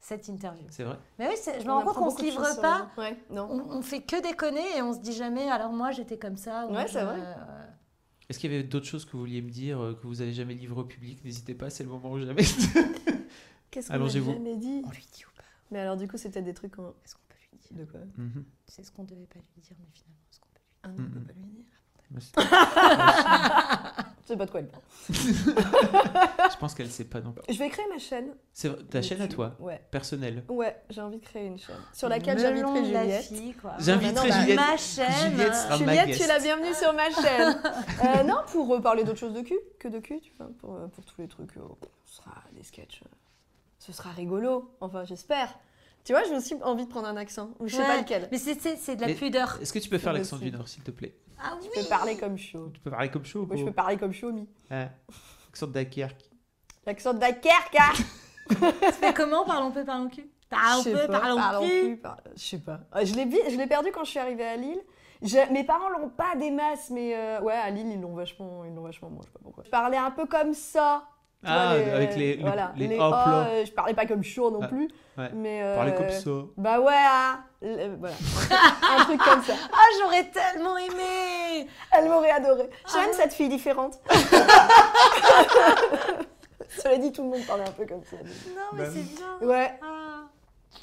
Speaker 2: cette interview.
Speaker 3: C'est vrai.
Speaker 2: Mais oui, c'est- je me rends compte qu'on se livre pas.
Speaker 1: Ouais, non.
Speaker 2: On, on fait que déconner et on se dit jamais, alors moi j'étais comme ça. ou
Speaker 1: Ouais,
Speaker 2: je-
Speaker 1: c'est vrai.
Speaker 2: euh,
Speaker 3: Est-ce qu'il y avait d'autres choses que vous vouliez me dire, euh, que vous n'avez jamais livré au public N'hésitez pas, c'est le moment ou jamais.
Speaker 1: Qu'est-ce qu'on a
Speaker 3: Allongez-vous.
Speaker 1: jamais dit
Speaker 2: on lui dit ou pas
Speaker 1: Mais alors du coup, c'est peut-être des trucs qu'on...
Speaker 2: Est-ce qu'on peut lui dire
Speaker 1: De quoi
Speaker 3: Mhm.
Speaker 2: C'est ce qu'on devait pas lui dire, mais finalement, ce qu'on peut lui dire.
Speaker 1: Ah non, on peut
Speaker 3: Mm-mm.
Speaker 1: pas lui dire.
Speaker 3: Moi, c'est-
Speaker 1: Je sais pas de quoi elle parle.
Speaker 3: Je pense qu'elle ne sait pas non plus.
Speaker 1: Je vais créer ma chaîne.
Speaker 3: C'est vrai, ta chaîne à
Speaker 1: YouTube.
Speaker 3: toi,
Speaker 1: Ouais.
Speaker 3: personnelle.
Speaker 1: Ouais, j'ai envie de créer une chaîne. Sur laquelle
Speaker 2: Melon
Speaker 1: j'inviterai
Speaker 2: de la
Speaker 1: Juliette.
Speaker 2: fille, quoi.
Speaker 3: J'inviterai
Speaker 1: non, bah,
Speaker 3: Juliette.
Speaker 2: Ma chaîne.
Speaker 3: Juliette sera ma
Speaker 1: Juliette,
Speaker 3: guest.
Speaker 1: tu es la bienvenue sur ma chaîne. Euh, non, pour euh, parler d'autre chose de cul, que de cul, tu vois, pour, euh, pour tous les trucs, euh, ce sera des sketchs. euh, ce sera rigolo, enfin j'espère. Tu vois, j'ai aussi envie de prendre un accent, ou je sais pas
Speaker 2: Ouais,
Speaker 1: lequel.
Speaker 2: Mais c'est- c'est c'est de la
Speaker 3: Mais-
Speaker 2: pudeur.
Speaker 3: Est-ce que tu peux faire
Speaker 1: Moi
Speaker 3: l'accent
Speaker 1: aussi.
Speaker 3: du Nord, s'il te plaît
Speaker 2: Ah oui.
Speaker 1: Je peux parler comme chaud.
Speaker 3: Tu peux parler comme chaud
Speaker 1: Moi, je peux parler comme chaud, mi.
Speaker 3: Ah, L'accent de Dunkerque.
Speaker 1: L'accent de Dunkerque, hein
Speaker 2: Mais comment parlons peu par le cul
Speaker 1: Je
Speaker 2: Parlons
Speaker 1: sais
Speaker 2: peu,
Speaker 1: pas,
Speaker 2: parlons plus.
Speaker 1: parle- Je sais pas. Euh, Je l'ai vi- je l'ai perdu quand je suis arrivée à Lille. Je- mes parents l'ont pas des masses, mais euh, ouais, à Lille, ils l'ont vachement, ils l'ont vachement, bon, je sais pas pourquoi. Je parlais un peu comme ça. tu vois,
Speaker 3: Ah, avec les- les-
Speaker 1: voilà,
Speaker 3: les
Speaker 1: les
Speaker 3: hop,
Speaker 1: ah,
Speaker 2: oh,
Speaker 3: là.
Speaker 1: euh, je parlais pas comme chaud non
Speaker 3: Ah,
Speaker 1: plus,
Speaker 3: ouais.
Speaker 1: mais euh,
Speaker 3: Parler comme ça.
Speaker 1: Bah ouais, hein. Le- voilà. un truc comme ça.
Speaker 2: Ah, j'aurais tellement aimé
Speaker 1: Elle m'aurait adoré. J'aime cette fille différente. Cela dit, tout le monde parlait un peu comme ça.
Speaker 2: Non, mais
Speaker 3: Bah
Speaker 2: c'est
Speaker 3: oui.
Speaker 2: bien.
Speaker 1: Ouais,
Speaker 2: Ah,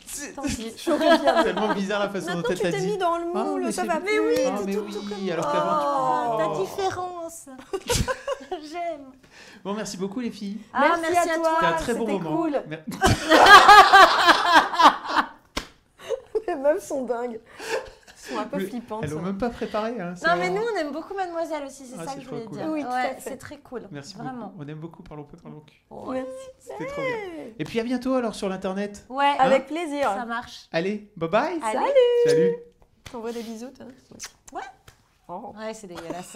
Speaker 3: C'est
Speaker 2: tant pis.
Speaker 1: j'aurais bien.
Speaker 3: tellement bizarre la façon
Speaker 1: Maintenant,
Speaker 3: dont elle
Speaker 1: tu
Speaker 3: t'a
Speaker 1: t'es
Speaker 3: dit.
Speaker 1: mis dans le
Speaker 3: Ah,
Speaker 1: moule,
Speaker 3: mais
Speaker 1: ça
Speaker 3: c'est
Speaker 1: va
Speaker 3: bien.
Speaker 1: plus.
Speaker 2: oui,
Speaker 3: Ah,
Speaker 2: t'es
Speaker 3: mais
Speaker 2: tout-
Speaker 3: oui,
Speaker 2: tout comme-
Speaker 3: alors
Speaker 2: Oh,
Speaker 3: qu'avant,
Speaker 2: ta
Speaker 3: tu- Oh.
Speaker 2: différence. J'aime.
Speaker 3: Bon, merci beaucoup les filles.
Speaker 2: Ah,
Speaker 1: Merci à toi.
Speaker 3: C'était un très bon
Speaker 1: c'était
Speaker 3: moment.
Speaker 1: cool.
Speaker 3: Mer-
Speaker 1: Les meufs sont dingues. Elles sont un peu
Speaker 3: Le-
Speaker 1: flippantes.
Speaker 3: Elles l'ont même pas préparé. hein, c'est
Speaker 2: Non, mais nous,
Speaker 3: vraiment-
Speaker 2: on aime beaucoup Mademoiselle aussi, c'est
Speaker 3: Ah,
Speaker 2: ça
Speaker 3: c'est
Speaker 2: que je
Speaker 3: trop
Speaker 2: voulais
Speaker 3: cool.
Speaker 2: dire.
Speaker 1: Oui, tout à
Speaker 2: ouais,
Speaker 1: fait.
Speaker 2: c'est très cool.
Speaker 3: Merci
Speaker 2: Vraiment.
Speaker 3: beaucoup. On aime beaucoup Parlons peu, parlons cul.
Speaker 1: Ouais.
Speaker 3: C'était trop bien. Et puis à bientôt alors sur l'internet.
Speaker 2: Ouais,
Speaker 1: Avec
Speaker 3: Hein
Speaker 2: ça
Speaker 1: plaisir.
Speaker 2: marche.
Speaker 3: Allez, bye bye.
Speaker 2: Allez.
Speaker 3: Salut.
Speaker 1: T'envoies des bisous, toi
Speaker 2: Ouais.
Speaker 1: Oh.
Speaker 2: Ouais, c'est dégueulasse.